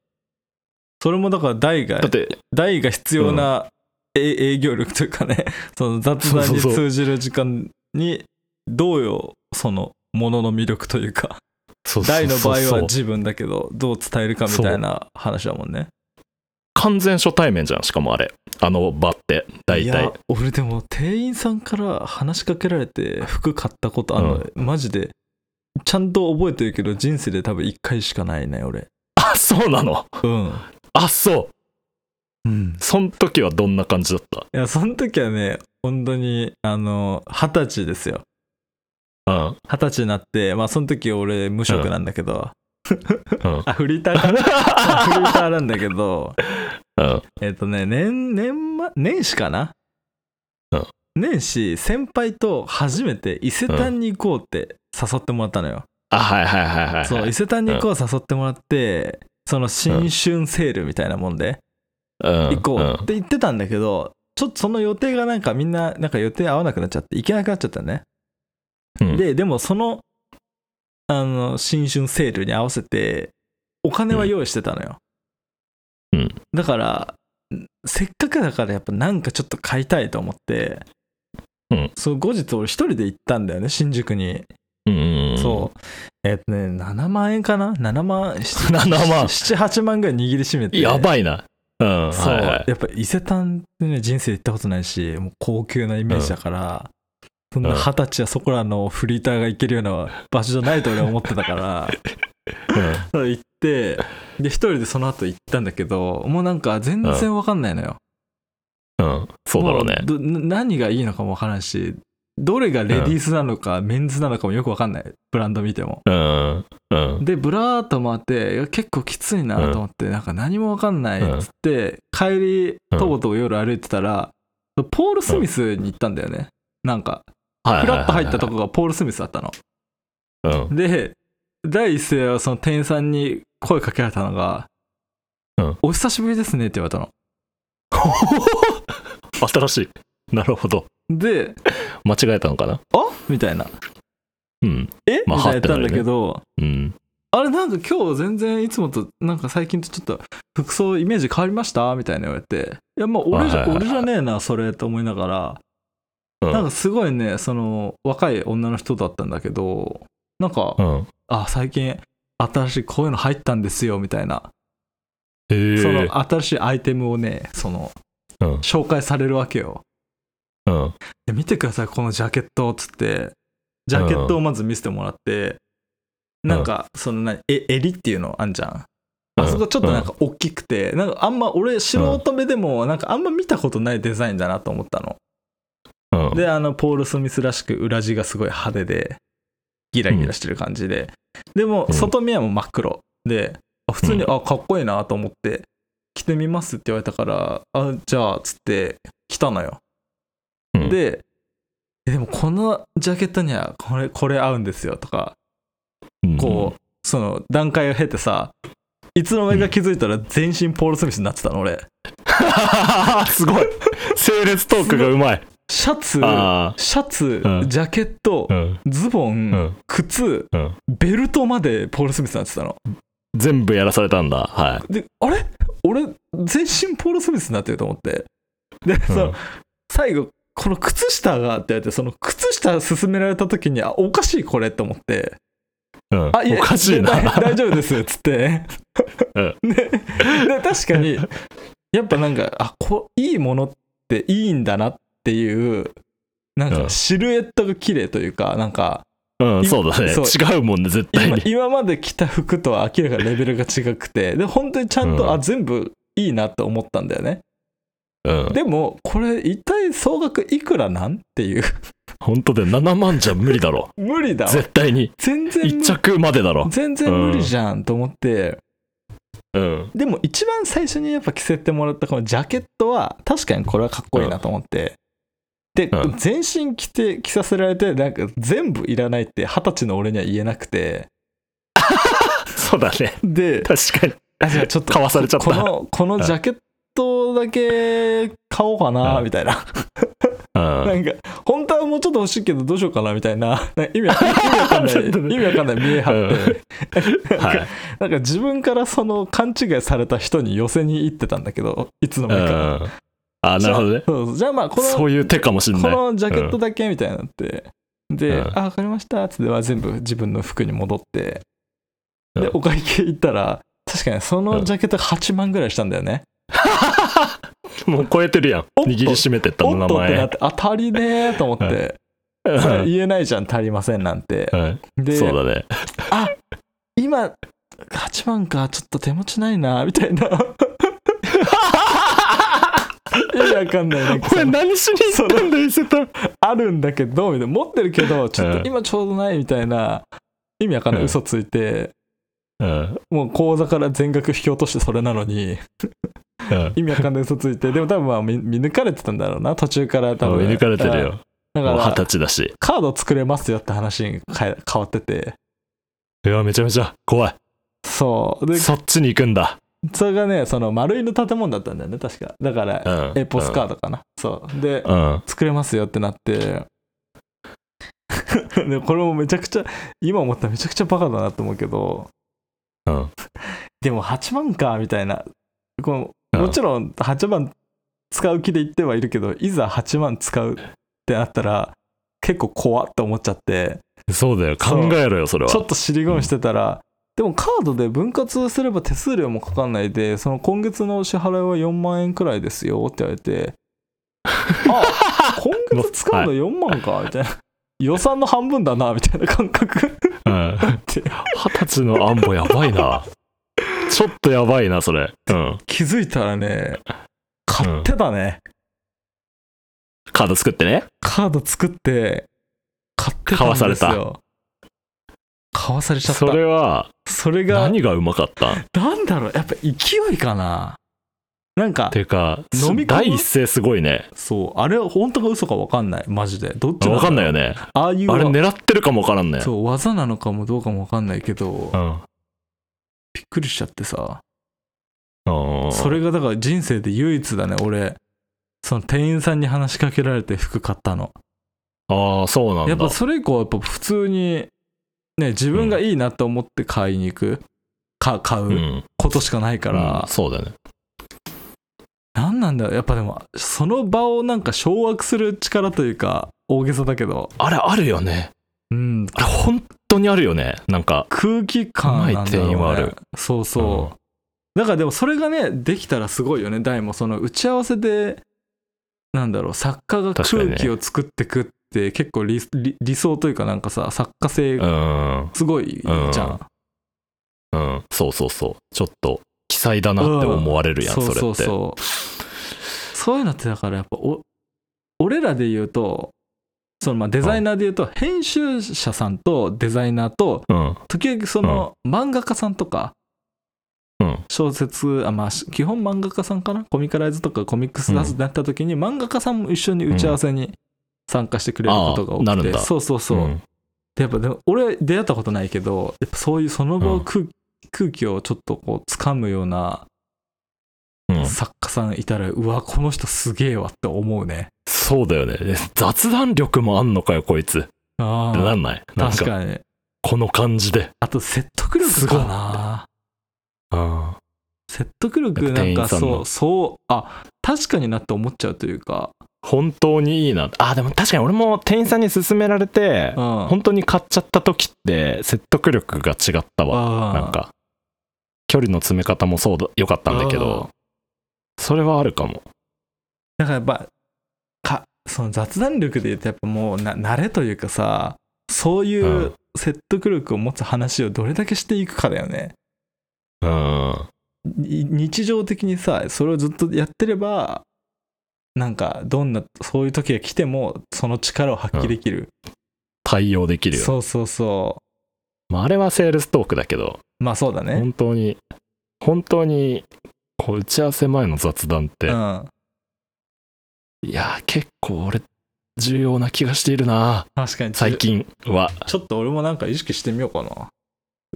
Speaker 1: それもだから台が
Speaker 2: だって
Speaker 1: 台が必要な、え営業力というかね その雑談に
Speaker 2: そうそうそう
Speaker 1: 通じる時間にどうよそのものの魅力というか
Speaker 2: そうそう
Speaker 1: 大の場
Speaker 2: そう
Speaker 1: 合
Speaker 2: そう
Speaker 1: は自分だけどどう伝えるかみたいな話だもんね
Speaker 2: 完全初対面じゃんしかもあれあの場って大
Speaker 1: い
Speaker 2: 体
Speaker 1: や俺でも店員さんから話しかけられて服買ったことあの、マジでちゃんと覚えてるけど人生で多分1回しかないね俺
Speaker 2: あそうなの
Speaker 1: うん
Speaker 2: あそう
Speaker 1: うん
Speaker 2: そん時はどんな感じだっ
Speaker 1: いやその時はね本当にあの二十歳ですよ
Speaker 2: たうん
Speaker 1: 二十歳になってまあその時俺無職なんだけど、
Speaker 2: うん
Speaker 1: あフリー ターかなフリーターなんだけど
Speaker 2: うん
Speaker 1: えっ、とね年年末年始かな、
Speaker 2: うん
Speaker 1: 年始先輩と初めて伊勢丹に行こうって誘ってもらったのよ、
Speaker 2: あはいはいはいはいはい
Speaker 1: そう伊勢丹に行こう誘ってもらって、その新春セールみたいなもんで
Speaker 2: うん
Speaker 1: 行こ
Speaker 2: ん
Speaker 1: うって言ってたんだけど、ちょっとその予定がなんかみんななんか予定合わなくなっちゃって行けなくなっちゃったね、
Speaker 2: うん
Speaker 1: ででもそのあの新春セールに合わせてお金は用意してたのよ、
Speaker 2: うん
Speaker 1: だからんせっかくだからやっぱなんかちょっと買いたいと思って、
Speaker 2: うん
Speaker 1: そう後日俺一人で行ったんだよね新宿に
Speaker 2: うんうんうん
Speaker 1: そう。えっとね、7万円かな ?7 万、7
Speaker 2: 7 万
Speaker 1: 7、8万ぐらい握りしめて。
Speaker 2: やばいなうん
Speaker 1: そう、
Speaker 2: はいはい
Speaker 1: やっぱ伊勢丹ってね、人生で行ったことないし、もう高級なイメージだから、そんな
Speaker 2: うん
Speaker 1: 二十歳やそこらのフリーターが行けるような場所じゃないと俺は思ってた から、そう行って、で、一人でその後行ったんだけど、もうなんか全然わかんないのよ。
Speaker 2: うんうんそうだろうね
Speaker 1: もどな何がいいのかもわからんし、どれがレディースなのか、メンズなのかもよくわかんない。ブランド見ても。
Speaker 2: うんうん
Speaker 1: でブラーっと回っていや結構きついなと思って、なんか何も分かんないっつって、帰りとぼとぼ夜歩いてたら、ポール・スミスに行ったんだよね、なんか
Speaker 2: はいはいはいはい
Speaker 1: フラッと入ったとこがポール・スミスだったの
Speaker 2: うん
Speaker 1: で第一声はその店員さんに声かけられたのが「
Speaker 2: うん
Speaker 1: お久しぶりですね」って言われたの
Speaker 2: 新しいなるほど
Speaker 1: で
Speaker 2: 間違えたのかな
Speaker 1: 「あみたいな
Speaker 2: うん
Speaker 1: 「え
Speaker 2: まあ
Speaker 1: みたいなやったんだけ
Speaker 2: はってな
Speaker 1: ど、
Speaker 2: うん
Speaker 1: あれなんか今日全然いつもとなんか最近とちょっと服装イメージ変わりましたみたいな言われていやまあ俺じゃ,、
Speaker 2: はいはいはい
Speaker 1: 俺じゃねえなそれと思いながら、
Speaker 2: うん
Speaker 1: なんかすごいねその若い女の人だったんだけどなんか、
Speaker 2: うん
Speaker 1: あ最近新しいこういうの入ったんですよみたいな、
Speaker 2: へえ
Speaker 1: その新しいアイテムをねその
Speaker 2: うん
Speaker 1: 紹介されるわけよ
Speaker 2: うん
Speaker 1: で見てくださいこのジャケットっつってジャケットをまず見せてもらって、
Speaker 2: うん
Speaker 1: なんかその何え襟っていうのあんじゃん
Speaker 2: うん
Speaker 1: あそこちょっとなんか大きくて、なんかあんま俺素人目でもなんかあんま見たことないデザインだなと思ったの、
Speaker 2: うん
Speaker 1: であのポール・スミスらしく裏地がすごい派手でギラギラしてる感じで、でも
Speaker 2: うん
Speaker 1: 外見はもう真っ黒であ普通に、あかっこいいなと思って着てみますって言われたからあじゃあつって着たのよ、
Speaker 2: うん
Speaker 1: でえでもこのジャケットにはこれこれ合うんですよとか
Speaker 2: うん
Speaker 1: こう、その段階を経てさ、いつの間にか気づいたら全身ポール・スミスになってたの、俺。
Speaker 2: すごい整列トークがうまい
Speaker 1: シャツ、
Speaker 2: あ
Speaker 1: シャツ、
Speaker 2: うん
Speaker 1: ジャケット
Speaker 2: あう、ん
Speaker 1: ズボ
Speaker 2: う
Speaker 1: ン、
Speaker 2: ん
Speaker 1: 靴、
Speaker 2: うん
Speaker 1: ベルトまでポール・スミスになってたの。
Speaker 2: 全部やらされたんだはい
Speaker 1: で、あれ俺、全身ポール・スミスになってると思って。で、その、
Speaker 2: うん
Speaker 1: 最後、この靴下がって言われて、その靴下勧められた時に、あ、おかしいこれって思って、
Speaker 2: うん
Speaker 1: あ、いや
Speaker 2: おかしいな
Speaker 1: だ大丈夫ですっつって、
Speaker 2: うん
Speaker 1: でで確かにやっぱなんかあこいいものっていいんだなっていうなん
Speaker 2: う
Speaker 1: か
Speaker 2: ん
Speaker 1: シルエットが綺麗というかなんか
Speaker 2: うんそうだね
Speaker 1: そう
Speaker 2: 違うもんね絶対
Speaker 1: 今
Speaker 2: に
Speaker 1: 今まで着た服とは明らかにレベルが違くてで本当にちゃんと、
Speaker 2: うん
Speaker 1: あ全部いいなと思ったんだよね
Speaker 2: うん
Speaker 1: でもこれ一体総額いくらなんっていう
Speaker 2: 本当で7万じゃ無理だろ
Speaker 1: 無理だわ
Speaker 2: 絶対に
Speaker 1: 全然
Speaker 2: 1
Speaker 1: 無
Speaker 2: 着までだろ
Speaker 1: 全然無理じゃんと思って、
Speaker 2: うん
Speaker 1: でも一番最初にやっぱ着せてもらったこのジャケットは確かにこれはかっこいいなと思って、で、
Speaker 2: うん
Speaker 1: 全身着て着させられてなんか全部いらないって二十歳の俺には言えなくて
Speaker 2: そうだね
Speaker 1: で
Speaker 2: 確かに
Speaker 1: あじゃあちょっと
Speaker 2: かわされちゃった
Speaker 1: このこのジャケットだけ買おうかな
Speaker 2: うん
Speaker 1: みたいな、
Speaker 2: ううん
Speaker 1: なんか本当はもうちょっと欲しいけどどうしようかなみたいななんか意味わか意味わかん
Speaker 2: ちょっと
Speaker 1: ない
Speaker 2: ね
Speaker 1: 意味わかんない見え張って、
Speaker 2: はい
Speaker 1: なんか自分からその勘違いされた人に寄せに行ってたんだけどいつの
Speaker 2: う
Speaker 1: 間にか、
Speaker 2: んあなるほどね
Speaker 1: そうそうじゃあまあこの
Speaker 2: そういう手かもしん
Speaker 1: こ
Speaker 2: ない
Speaker 1: のジャケットだけみたいになって、で、
Speaker 2: うん
Speaker 1: あ分かりましたっつってまあ全部自分の服に戻って
Speaker 2: う
Speaker 1: で
Speaker 2: ん
Speaker 1: お会計行ったら確かにそのジャケット8万ぐらいしたんだよね、
Speaker 2: もう超えてるやん
Speaker 1: おっと
Speaker 2: 握りしめてったの
Speaker 1: お
Speaker 2: 名
Speaker 1: っとってなっ
Speaker 2: 前
Speaker 1: て当たりねーと思って、
Speaker 2: うん
Speaker 1: それ言えないじゃん足りませんなんて、
Speaker 2: うん
Speaker 1: で
Speaker 2: そうだね
Speaker 1: 今8万かちょっと手持ちないなみた いな意味わかんないなんか
Speaker 2: こ
Speaker 1: そ
Speaker 2: れ
Speaker 1: の
Speaker 2: 何しに行ったんだ伊勢丹
Speaker 1: あるんだけどみたいな持ってるけどちょっ
Speaker 2: うん
Speaker 1: と今ちょうどないみたいな意味わかんな
Speaker 2: う
Speaker 1: い
Speaker 2: ん
Speaker 1: 嘘ついて、
Speaker 2: うん
Speaker 1: もう口座から全額引き落としてそれなのに
Speaker 2: うん
Speaker 1: 意味わかんない嘘ついてでも多分まあ見見抜かれてたんだろうな途中から多
Speaker 2: もう
Speaker 1: 分
Speaker 2: 見抜かれてるよ
Speaker 1: うんだ
Speaker 2: もう
Speaker 1: か
Speaker 2: 二
Speaker 1: ら
Speaker 2: 十歳だし
Speaker 1: カード作れますよって話に変え変わってて
Speaker 2: うわめちゃめちゃ怖
Speaker 1: そうで
Speaker 2: いそっちに行くんだ
Speaker 1: それがねその丸いの建物だったんだよね確かだから
Speaker 2: うん
Speaker 1: エポスカードかな、そうで、
Speaker 2: うん
Speaker 1: 作れますよってなって でこれもめちゃくちゃ今思ったらめちゃくちゃバカだなと思うけど
Speaker 2: うん
Speaker 1: でも8万かみたいなこ
Speaker 2: う
Speaker 1: うんもちろん8万使う気で言ってはいるけどいざ8万使うってなったら結構怖って思っちゃって
Speaker 2: そうだよ
Speaker 1: そ
Speaker 2: 考
Speaker 1: う
Speaker 2: えろよそれは
Speaker 1: ちょっと尻込みしてたら、でもカードで分割すれば手数料もかかんないで、その今月の支払いは4万円くらいですよって言われ て、あ今月使うの4万かみたいな。予算の半分だなみたいな感覚
Speaker 2: うん
Speaker 1: て
Speaker 2: 二十歳のアンボやばい なちょっとやばいなそれうん
Speaker 1: 気づいたらね買ってたね、
Speaker 2: カード作ってね
Speaker 1: カード作って買ってたんですよ買わされちゃったそ
Speaker 2: そ
Speaker 1: れ
Speaker 2: れは
Speaker 1: が
Speaker 2: 何がうまかったっ
Speaker 1: なんだろうやっぱ勢いかななんか
Speaker 2: ていうか
Speaker 1: 飲み込む
Speaker 2: 第一声すごいね
Speaker 1: そう、あれは本当か嘘か分かんない、マジで。どっち
Speaker 2: わかんない
Speaker 1: い。
Speaker 2: よね
Speaker 1: ああいう
Speaker 2: あれ狙ってるかもわからんね
Speaker 1: そう、技なのかもどうかも分かんないけど
Speaker 2: う、ん
Speaker 1: びっくりしちゃってさ、
Speaker 2: うん
Speaker 1: それがだから人生で唯一だね、俺。その店員さんに話しかけられて服買ったの。
Speaker 2: ああそうなんだ
Speaker 1: やっぱそれ以降、やっぱ普通に、ね、自分がいいなと思って買いに行く、か買
Speaker 2: う
Speaker 1: うんことしかないか
Speaker 2: うん
Speaker 1: ら、
Speaker 2: そうだよね
Speaker 1: なんなんだろうやっぱでも、その場をなんか掌握する力というか、大げさだけど、
Speaker 2: あれあるよね
Speaker 1: うん、
Speaker 2: あれ本当にあるよねなんか
Speaker 1: 空気感なんだろう、
Speaker 2: うまい店
Speaker 1: ね、
Speaker 2: 員はある
Speaker 1: そうそう、だからでもそれがねできたらすごいよね大もその打ち合わせでなんだろう作家が
Speaker 2: 確かに
Speaker 1: 空
Speaker 2: ね
Speaker 1: 気を作ってくって結構理理理想というかなんかさ作家
Speaker 2: う
Speaker 1: 性
Speaker 2: ん
Speaker 1: すごいじゃん、
Speaker 2: うんそうそうそうちょっと奇才だなって思われるやん
Speaker 1: そう
Speaker 2: そ
Speaker 1: そ
Speaker 2: れっ
Speaker 1: う
Speaker 2: て
Speaker 1: そうそういうのってだからやっぱお俺らで言うとそのまあデザイナーで言うと編集者さんとデザイナーと
Speaker 2: うん
Speaker 1: 時々その漫画家さんとか
Speaker 2: うん
Speaker 1: 小説あまあし基本漫画家さんかなコミカライズとかコミックス出すってなった時に、漫画家さんも一緒に打ち合わせに参加してくれることが多く
Speaker 2: ああなる
Speaker 1: て、
Speaker 2: んだ
Speaker 1: そうそうそう、
Speaker 2: ん
Speaker 1: でやっぱでも俺出会ったことないけどやっぱそういうその場を空,、空気をちょっとこう掴むような
Speaker 2: うん
Speaker 1: 作家さんいたら、うわこの人すげえわって思うね
Speaker 2: そうだよね雑談力もあんのかよこいつ
Speaker 1: あ
Speaker 2: な
Speaker 1: あ
Speaker 2: んないなん
Speaker 1: 確
Speaker 2: か
Speaker 1: かに
Speaker 2: この感じで
Speaker 1: あと説得力か な
Speaker 2: うん
Speaker 1: 説得力なん
Speaker 2: やっぱ店員
Speaker 1: か
Speaker 2: さんの
Speaker 1: そうそうあ確かになって思っちゃうというか
Speaker 2: 本当にいいなあでも確かに俺も店員さんに勧められて
Speaker 1: うん
Speaker 2: 本当に買っちゃった時って説得力が違ったわ
Speaker 1: あ
Speaker 2: なんか距離の詰め方もそうだよかったんだけ
Speaker 1: あー
Speaker 2: どそれはあるかも
Speaker 1: だからやっぱかその雑談力で言うとやっぱもうな慣れというかさそういうう説得力を持つ話をどれだけしていくかだよね
Speaker 2: うん
Speaker 1: に日常的にさそれをずっとやってればなんかどんなそういう時が来てもその力を発揮できる、
Speaker 2: 対応できるよ、
Speaker 1: そうそうそ
Speaker 2: まあ、あれはセールストークだけど
Speaker 1: うまあそうだね
Speaker 2: 本当に本当にこう打ち合わせ前の雑談って、
Speaker 1: うん
Speaker 2: いやー結構俺重要な気がしているな
Speaker 1: 確かに
Speaker 2: 最近は
Speaker 1: ちょっと俺もなんか意識してみようかな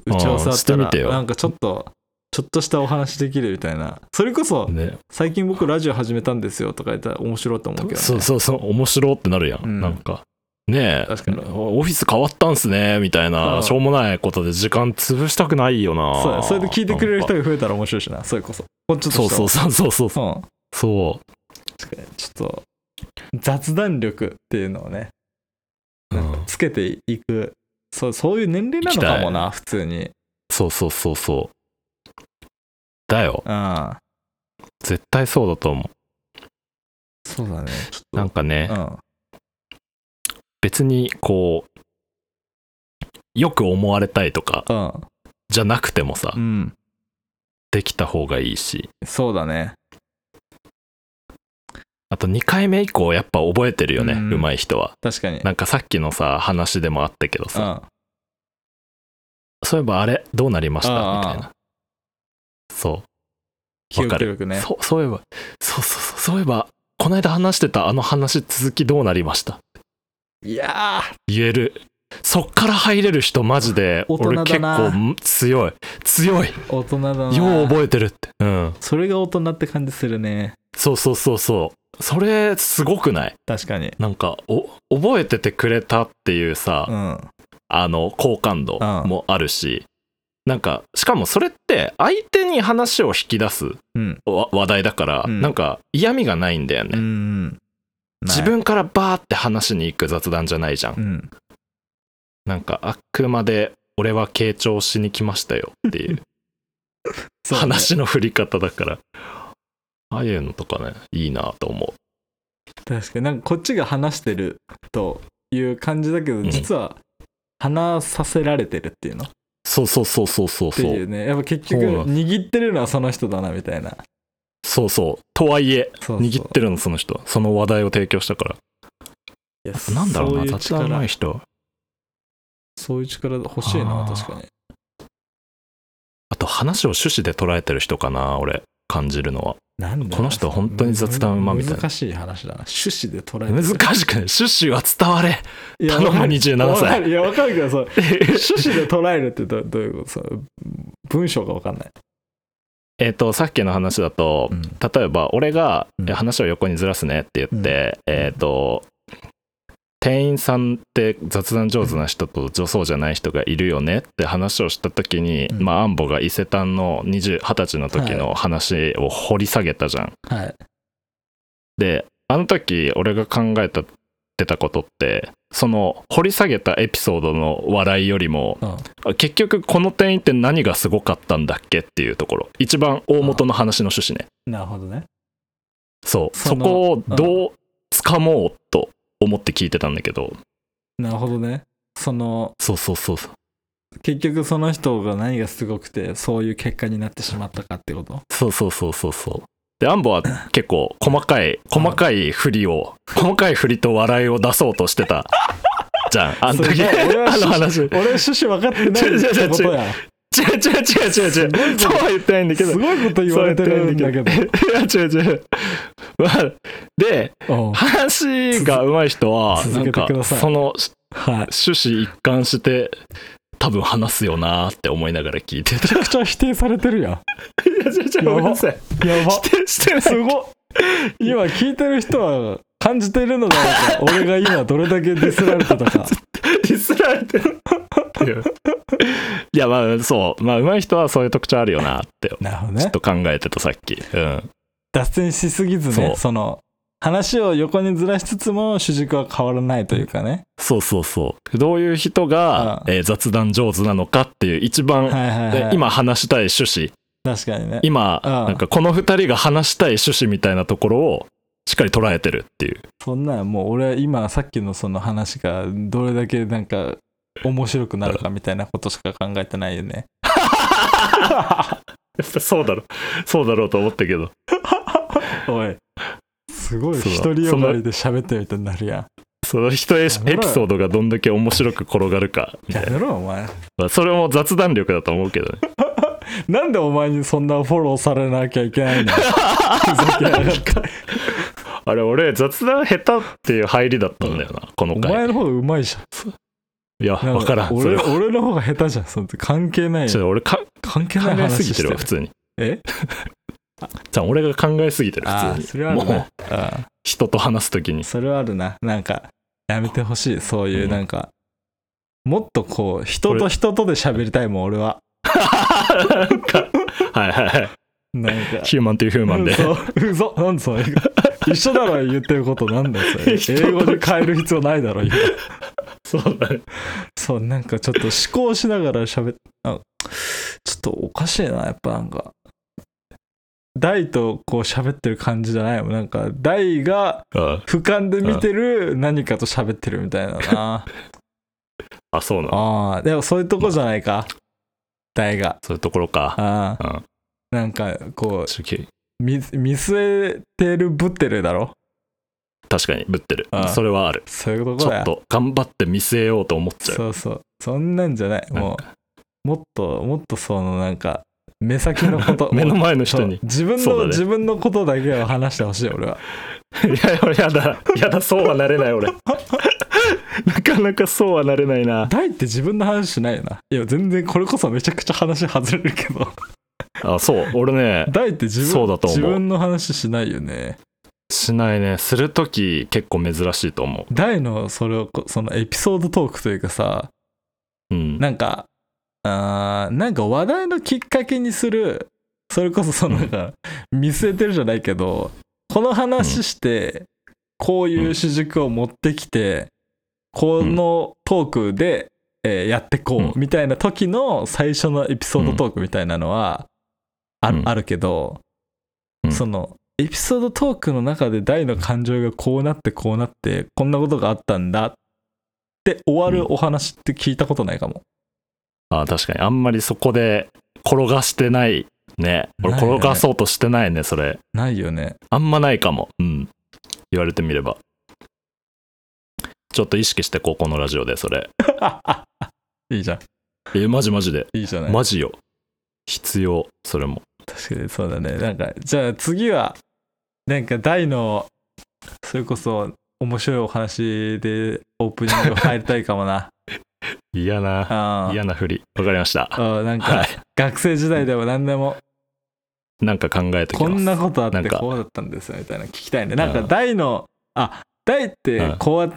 Speaker 1: 打ち合わせあった
Speaker 2: してみ
Speaker 1: ら
Speaker 2: てよ
Speaker 1: なんかちょっとちょっとしたお話できるみたいなそれこそ
Speaker 2: ね、
Speaker 1: 最近僕ラジオ始めたんですよとか言ったら面白いと思うけど、ね、
Speaker 2: そうそうそう面白ってなるやん、
Speaker 1: うん
Speaker 2: なんかねえ
Speaker 1: 確かに
Speaker 2: オフィス変わったんすねみたい
Speaker 1: そ
Speaker 2: な
Speaker 1: う
Speaker 2: しょうもないことで時間潰したくないよな
Speaker 1: そうだよそれで聞いてくれる人
Speaker 2: なん
Speaker 1: が
Speaker 2: か
Speaker 1: 増えたら面白いしなそれこそもうちょっと
Speaker 2: そうそううそうそうそう
Speaker 1: そう、うん、
Speaker 2: そ
Speaker 1: 確かにちょっと雑談力っていうのをね
Speaker 2: う、うん
Speaker 1: つけていくそうそういう年齢なのかもな普通に
Speaker 2: そうそうそうそうだよ
Speaker 1: うん
Speaker 2: 絶対そうだと思
Speaker 1: そうだねち
Speaker 2: うな
Speaker 1: ょっ
Speaker 2: んかね、
Speaker 1: とうん
Speaker 2: 別にこうよく思われたいとか
Speaker 1: うん
Speaker 2: じゃなくてもさ、
Speaker 1: うん
Speaker 2: できた方がいいし
Speaker 1: そうだね
Speaker 2: あと2回目以降やっぱ覚えてるよね、
Speaker 1: うん
Speaker 2: 上手い人は
Speaker 1: 確かに
Speaker 2: なんかさっきのさ話でもあったけど
Speaker 1: う
Speaker 2: さ、
Speaker 1: ん
Speaker 2: そういえばあれどうなりまし
Speaker 1: あ
Speaker 2: た
Speaker 1: あ
Speaker 2: みたいなそ
Speaker 1: 記
Speaker 2: わか
Speaker 1: 憶
Speaker 2: る
Speaker 1: 力
Speaker 2: う、
Speaker 1: ね
Speaker 2: そそういえばそうそうそうそういえばこの間話してたあの話続きどうなりました
Speaker 1: いや
Speaker 2: 言えるそっから入れる人マジで
Speaker 1: 大人
Speaker 2: 俺
Speaker 1: だ
Speaker 2: 結
Speaker 1: な
Speaker 2: 構ん強い強い
Speaker 1: ー大人だな
Speaker 2: よう覚えてるってうん
Speaker 1: それが大人って感じするね
Speaker 2: そうそうそうそうそれすごくない
Speaker 1: 確かに
Speaker 2: なんかお覚えててくれたっていうさ、
Speaker 1: うん
Speaker 2: あの好感度
Speaker 1: うん
Speaker 2: もあるし、なんかしかもそれって相手に話を引き出す
Speaker 1: うん
Speaker 2: わ話題だから、
Speaker 1: うん
Speaker 2: なんか嫌味がないんだよね、
Speaker 1: うんない
Speaker 2: 自分からバーって話に行く雑談じゃないじゃん、
Speaker 1: うん
Speaker 2: なんかあくまで俺は傾聴しに来ましたよっていう
Speaker 1: そうね
Speaker 2: 話の振り方だからああいうのとかねいいなと思
Speaker 1: 確かになんかこっちが話してるという感じだけど
Speaker 2: ん
Speaker 1: 実は話させられてるっていうの
Speaker 2: うそうそうそうそうそう
Speaker 1: って
Speaker 2: そ
Speaker 1: いう
Speaker 2: う
Speaker 1: ねやっぱ結局
Speaker 2: そうなん
Speaker 1: 握ってるのはその人だなみたいな
Speaker 2: そうそうとはいえ
Speaker 1: そうそう
Speaker 2: 握ってるのその人その話題を提供したから
Speaker 1: いや
Speaker 2: なんだろう
Speaker 1: そ
Speaker 2: な
Speaker 1: いう
Speaker 2: 雑談上手
Speaker 1: 力
Speaker 2: い人
Speaker 1: そういう力欲しいな
Speaker 2: あー
Speaker 1: 確かに
Speaker 2: あと話を趣旨で捉えてる人かな俺感じるのは
Speaker 1: なんだ
Speaker 2: この人本当に雑談うまみたいな
Speaker 1: 難しい話だな趣旨で捉え
Speaker 2: 難
Speaker 1: て
Speaker 2: しくない趣旨は伝 われ
Speaker 1: いや
Speaker 2: 頼む
Speaker 1: わかる
Speaker 2: 27歳
Speaker 1: わかるいやわかるけどさ趣旨で捉えるってどどういうことさ文章がわかんない
Speaker 2: えっとさっきの話だと
Speaker 1: うん
Speaker 2: 例えば俺が
Speaker 1: うん
Speaker 2: え話を横にずらすねって言って、えっと店員さんって雑談上手な人と女そうじゃない人がいるよねって話をした時に、
Speaker 1: うん
Speaker 2: まあアンボが伊勢丹の20 20歳の時の話を掘り下げたじゃん、
Speaker 1: はい
Speaker 2: であの時俺が考えたってたことってその掘り下げたエピソードの笑いよりも
Speaker 1: うん
Speaker 2: 結局この点って何がすごかったんだっけっていうところ一番大元の話の趣旨ね
Speaker 1: なるほどね
Speaker 2: そうそ
Speaker 1: その
Speaker 2: こをどうつかもうと思って聞いてたんだけど
Speaker 1: なるほどねその
Speaker 2: そうそうそうそう
Speaker 1: 結局その人が何がすごくてそういう結果になってしまったかってこと
Speaker 2: そうそうそうそうそうでアンボは結構細かい細かい振りを細かい振りと笑いを出そうとしてたじゃんあの
Speaker 1: そ
Speaker 2: 時
Speaker 1: れね俺は
Speaker 2: あの話違う
Speaker 1: 俺趣旨分かって ないってことや
Speaker 2: 違う違う違う違うそうは言ってないんだけど
Speaker 1: すごいこと言われてるんだけど
Speaker 2: いや違う違う。まあ、で、
Speaker 1: うん
Speaker 2: 話が上手い人は、
Speaker 1: 続
Speaker 2: な
Speaker 1: け
Speaker 2: ん
Speaker 1: て
Speaker 2: か
Speaker 1: くだ、さい
Speaker 2: そのし
Speaker 1: はい
Speaker 2: 趣旨一貫して、多分話すよなーって思いながら聞いてた。
Speaker 1: めちゃくちゃ否定されてるやん
Speaker 2: いや違う違う
Speaker 1: やば
Speaker 2: ごめんなさい。
Speaker 1: やば
Speaker 2: 否定してない。
Speaker 1: すご っ今聞いてる人は感じているのだろうか俺が今どれだけディスられてたか
Speaker 2: ディスられてる。っていういや、まあ、そう。まあ、上手い人はそういう特徴あるよなって、
Speaker 1: なるほど
Speaker 2: ちょ
Speaker 1: ね
Speaker 2: っと考えてた、さっき。うん。
Speaker 1: 脱線しすぎずね
Speaker 2: そう
Speaker 1: その話を横にずらしつつも主軸は変わらないというかね
Speaker 2: そうそうそう。どういう人が、
Speaker 1: うん
Speaker 2: えー雑談上手なのかっていう、一番、
Speaker 1: はいはい、
Speaker 2: え
Speaker 1: は
Speaker 2: ー
Speaker 1: い、
Speaker 2: 今話したい趣旨
Speaker 1: 確かにね
Speaker 2: 今、
Speaker 1: うん
Speaker 2: なんかこの2人が話したい趣旨みたいなところをしっかり捉えてるっ ていう。
Speaker 1: そんなんもう俺は今さっきのその話がどれだけなんか面白くなるかみたいなことしか考えてないよね
Speaker 2: やっぱそうだろう。そうだろうと思ったけど。
Speaker 1: おいすごい
Speaker 2: そうだ
Speaker 1: 独りよがりで喋ってるみたいになるや
Speaker 2: その人エピ
Speaker 1: やめろよ
Speaker 2: ソードがどんだけ面白く転がるか
Speaker 1: ん
Speaker 2: みた
Speaker 1: や
Speaker 2: い
Speaker 1: めろお前
Speaker 2: な。それも雑談力だと思う けどね。
Speaker 1: なんでお前にそんなフォローされなきゃいけないのふざけやがって
Speaker 2: あれ、俺雑談下手っていう入りだったんだよな、この
Speaker 1: お
Speaker 2: 回。
Speaker 1: 前の方がうまいじゃん
Speaker 2: いや、
Speaker 1: なん
Speaker 2: わからん。そ
Speaker 1: 俺
Speaker 2: れは。
Speaker 1: 俺の方が下手じゃん。その関係ない
Speaker 2: ちょっ
Speaker 1: よ。
Speaker 2: と俺か、
Speaker 1: 関係
Speaker 2: 考
Speaker 1: ない
Speaker 2: え
Speaker 1: 話
Speaker 2: すぎ
Speaker 1: してて
Speaker 2: るわ、
Speaker 1: る
Speaker 2: 普。通に。
Speaker 1: え
Speaker 2: じゃあ俺が考えすぎてる、
Speaker 1: あ
Speaker 2: 普
Speaker 1: あ、
Speaker 2: 通
Speaker 1: そ
Speaker 2: に。
Speaker 1: れはある
Speaker 2: もう
Speaker 1: な、。あ
Speaker 2: 人と話すときに
Speaker 1: あ。それはあるな。なんか、やめてほしい。そういう、
Speaker 2: うん
Speaker 1: なんか、もっとこう、人
Speaker 2: こと
Speaker 1: 人とで喋りたいもん、俺は。
Speaker 2: なんか、はいはいはい。
Speaker 1: なんか。
Speaker 2: ヒューマンというヒューマンで。
Speaker 1: 嘘嘘なんでそれ一緒だろ言ってることなんだよそ
Speaker 2: 人
Speaker 1: れ
Speaker 2: と
Speaker 1: 英語で変える必要ないだろ今
Speaker 2: そうだね。
Speaker 1: そうなんかちょっと思考しながら喋っあちょっとおかしいなやっぱなんか大とこう喋ってる感じじゃないもんなんか大が
Speaker 2: うん
Speaker 1: 俯瞰で見てる何かと喋ってるみたいだな
Speaker 2: あ、そうなの。
Speaker 1: あーでもそういうとこじゃないか大が
Speaker 2: そういうところか。
Speaker 1: あ
Speaker 2: うん。
Speaker 1: ーなんかこ
Speaker 2: ちょき
Speaker 1: う見見据えてるぶってるだろ
Speaker 2: 確かに、ぶってる
Speaker 1: うん。
Speaker 2: それはある。
Speaker 1: そういうと
Speaker 2: ち
Speaker 1: こだ
Speaker 2: ょ
Speaker 1: よ
Speaker 2: っと頑張って見据えようと思っちゃう。
Speaker 1: そうそうそんなんじゃないもうもっともっとそのなんか目先のこと
Speaker 2: 目の前の
Speaker 1: そう
Speaker 2: 人に。
Speaker 1: 自分
Speaker 2: そう
Speaker 1: の、
Speaker 2: だね
Speaker 1: 自分のことだけを話してほしい俺はい
Speaker 2: や、俺やだ。やだ、そうはなれない、俺。なかなかそうはなれないな。
Speaker 1: 大って自分の話しないよないや全然これこそめちゃくちゃ話外れるけ ど
Speaker 2: あ、そう。俺ね、
Speaker 1: 大って自分
Speaker 2: そうだと思う
Speaker 1: 自分の話しないよね
Speaker 2: しないね。するとき、結構珍しいと思
Speaker 1: 大のそれをこそのエピソードトークというかさ
Speaker 2: う。うん。
Speaker 1: なんかあーなんか話題のきっかけにするそれこそそのなんか見据えてるじゃないけどこの話してこういう主軸を持ってきてこのトークでえーやってこうみたいな時の最初のエピソードトークみたいなのはある
Speaker 2: うん
Speaker 1: あるけど
Speaker 2: うん
Speaker 1: そのエピソードトークの中で大の感情がこうなってこうなってこんなことがあったんだって終わるお話って聞いたことないかも。
Speaker 2: あ確かにあんまりそこで転がしてないね俺
Speaker 1: ないね
Speaker 2: 転がそうとしてないねそれ
Speaker 1: ないよね。
Speaker 2: あんまないかもうん言われてみればちょっと意識してこうこのラジオでそれ
Speaker 1: いいじゃん。
Speaker 2: えマジマジで
Speaker 1: いいじゃない。
Speaker 2: マジよ必要それも
Speaker 1: 確かにそうだね。なんか、じゃあ次は、なんか大の、それこそ面白いお話でオープニング入りたいかも な。
Speaker 2: 嫌
Speaker 1: あ
Speaker 2: な
Speaker 1: ー
Speaker 2: 嫌なふりわかりました
Speaker 1: あーなん
Speaker 2: は
Speaker 1: か、学生時代でも何でも、
Speaker 2: いなんか考えてきます
Speaker 1: こんなことあっ
Speaker 2: なん
Speaker 1: て
Speaker 2: か
Speaker 1: こうだったんですよみたいなの聞きたいね。なん
Speaker 2: う
Speaker 1: か
Speaker 2: ん
Speaker 1: 大の、あ、大ってこうや、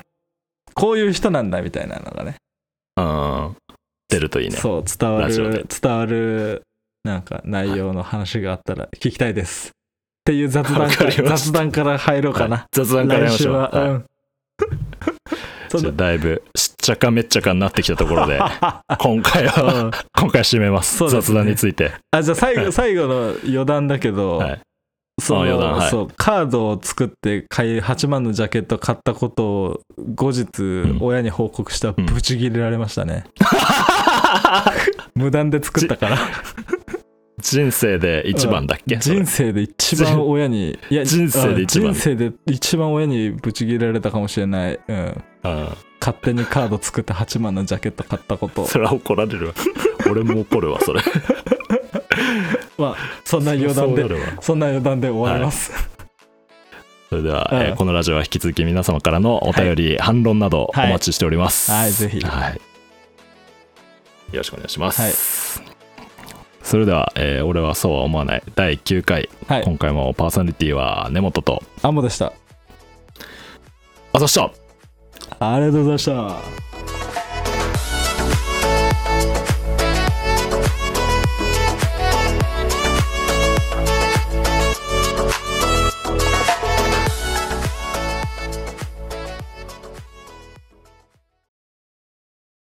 Speaker 1: こういう人なんだみたいなのがね、
Speaker 2: うん出るといいね
Speaker 1: そう、伝わ
Speaker 2: ラジオで
Speaker 1: る、伝わる、なんか内容の話があったら聞きたいです。っていう雑談か
Speaker 2: わかりました
Speaker 1: 雑談から入ろうかな
Speaker 2: はい。雑談からやりましょう
Speaker 1: 来週は
Speaker 2: はい
Speaker 1: うん。 そ
Speaker 2: じゃあ
Speaker 1: の
Speaker 2: だいぶしっちゃかめっちゃかになってきたところ で今回 は
Speaker 1: うん
Speaker 2: 今回締めます
Speaker 1: そうです
Speaker 2: 雑
Speaker 1: ね
Speaker 2: 談につい て
Speaker 1: あじゃあ最後最後の余談だけど、
Speaker 2: はい
Speaker 1: その
Speaker 2: あ余談はい
Speaker 1: そうカードを作って買い8万のジャケット買ったことを後日
Speaker 2: ん
Speaker 1: 親に報告したら
Speaker 2: うん
Speaker 1: ブチギレられましたね、無断で作ったから
Speaker 2: 人生で一番だっけ、それ
Speaker 1: 人生で一番親にいや
Speaker 2: 人生で一番
Speaker 1: うん人生で一番親にブチギレられたかもしれない、うん、
Speaker 2: うん
Speaker 1: 勝手にカード作って8万のジャケット買ったこと
Speaker 2: それは怒られ るわ俺も怒るわそれ
Speaker 1: まあそんな余談で
Speaker 2: そうなるわ
Speaker 1: そんな余談で終わります。
Speaker 2: それでは、
Speaker 1: うん
Speaker 2: えーこのラジオは引き続き皆様からのお便り、反論などお
Speaker 1: はい
Speaker 2: 待ちしております
Speaker 1: はいぜひ
Speaker 2: はいよろしくお願いします、
Speaker 1: はい
Speaker 2: それでは、えー俺はそうは思わない」第9回、
Speaker 1: はい
Speaker 2: 今回もパーソナリティは根本と
Speaker 1: アモでした。
Speaker 2: あざっした
Speaker 1: ありがとうございました。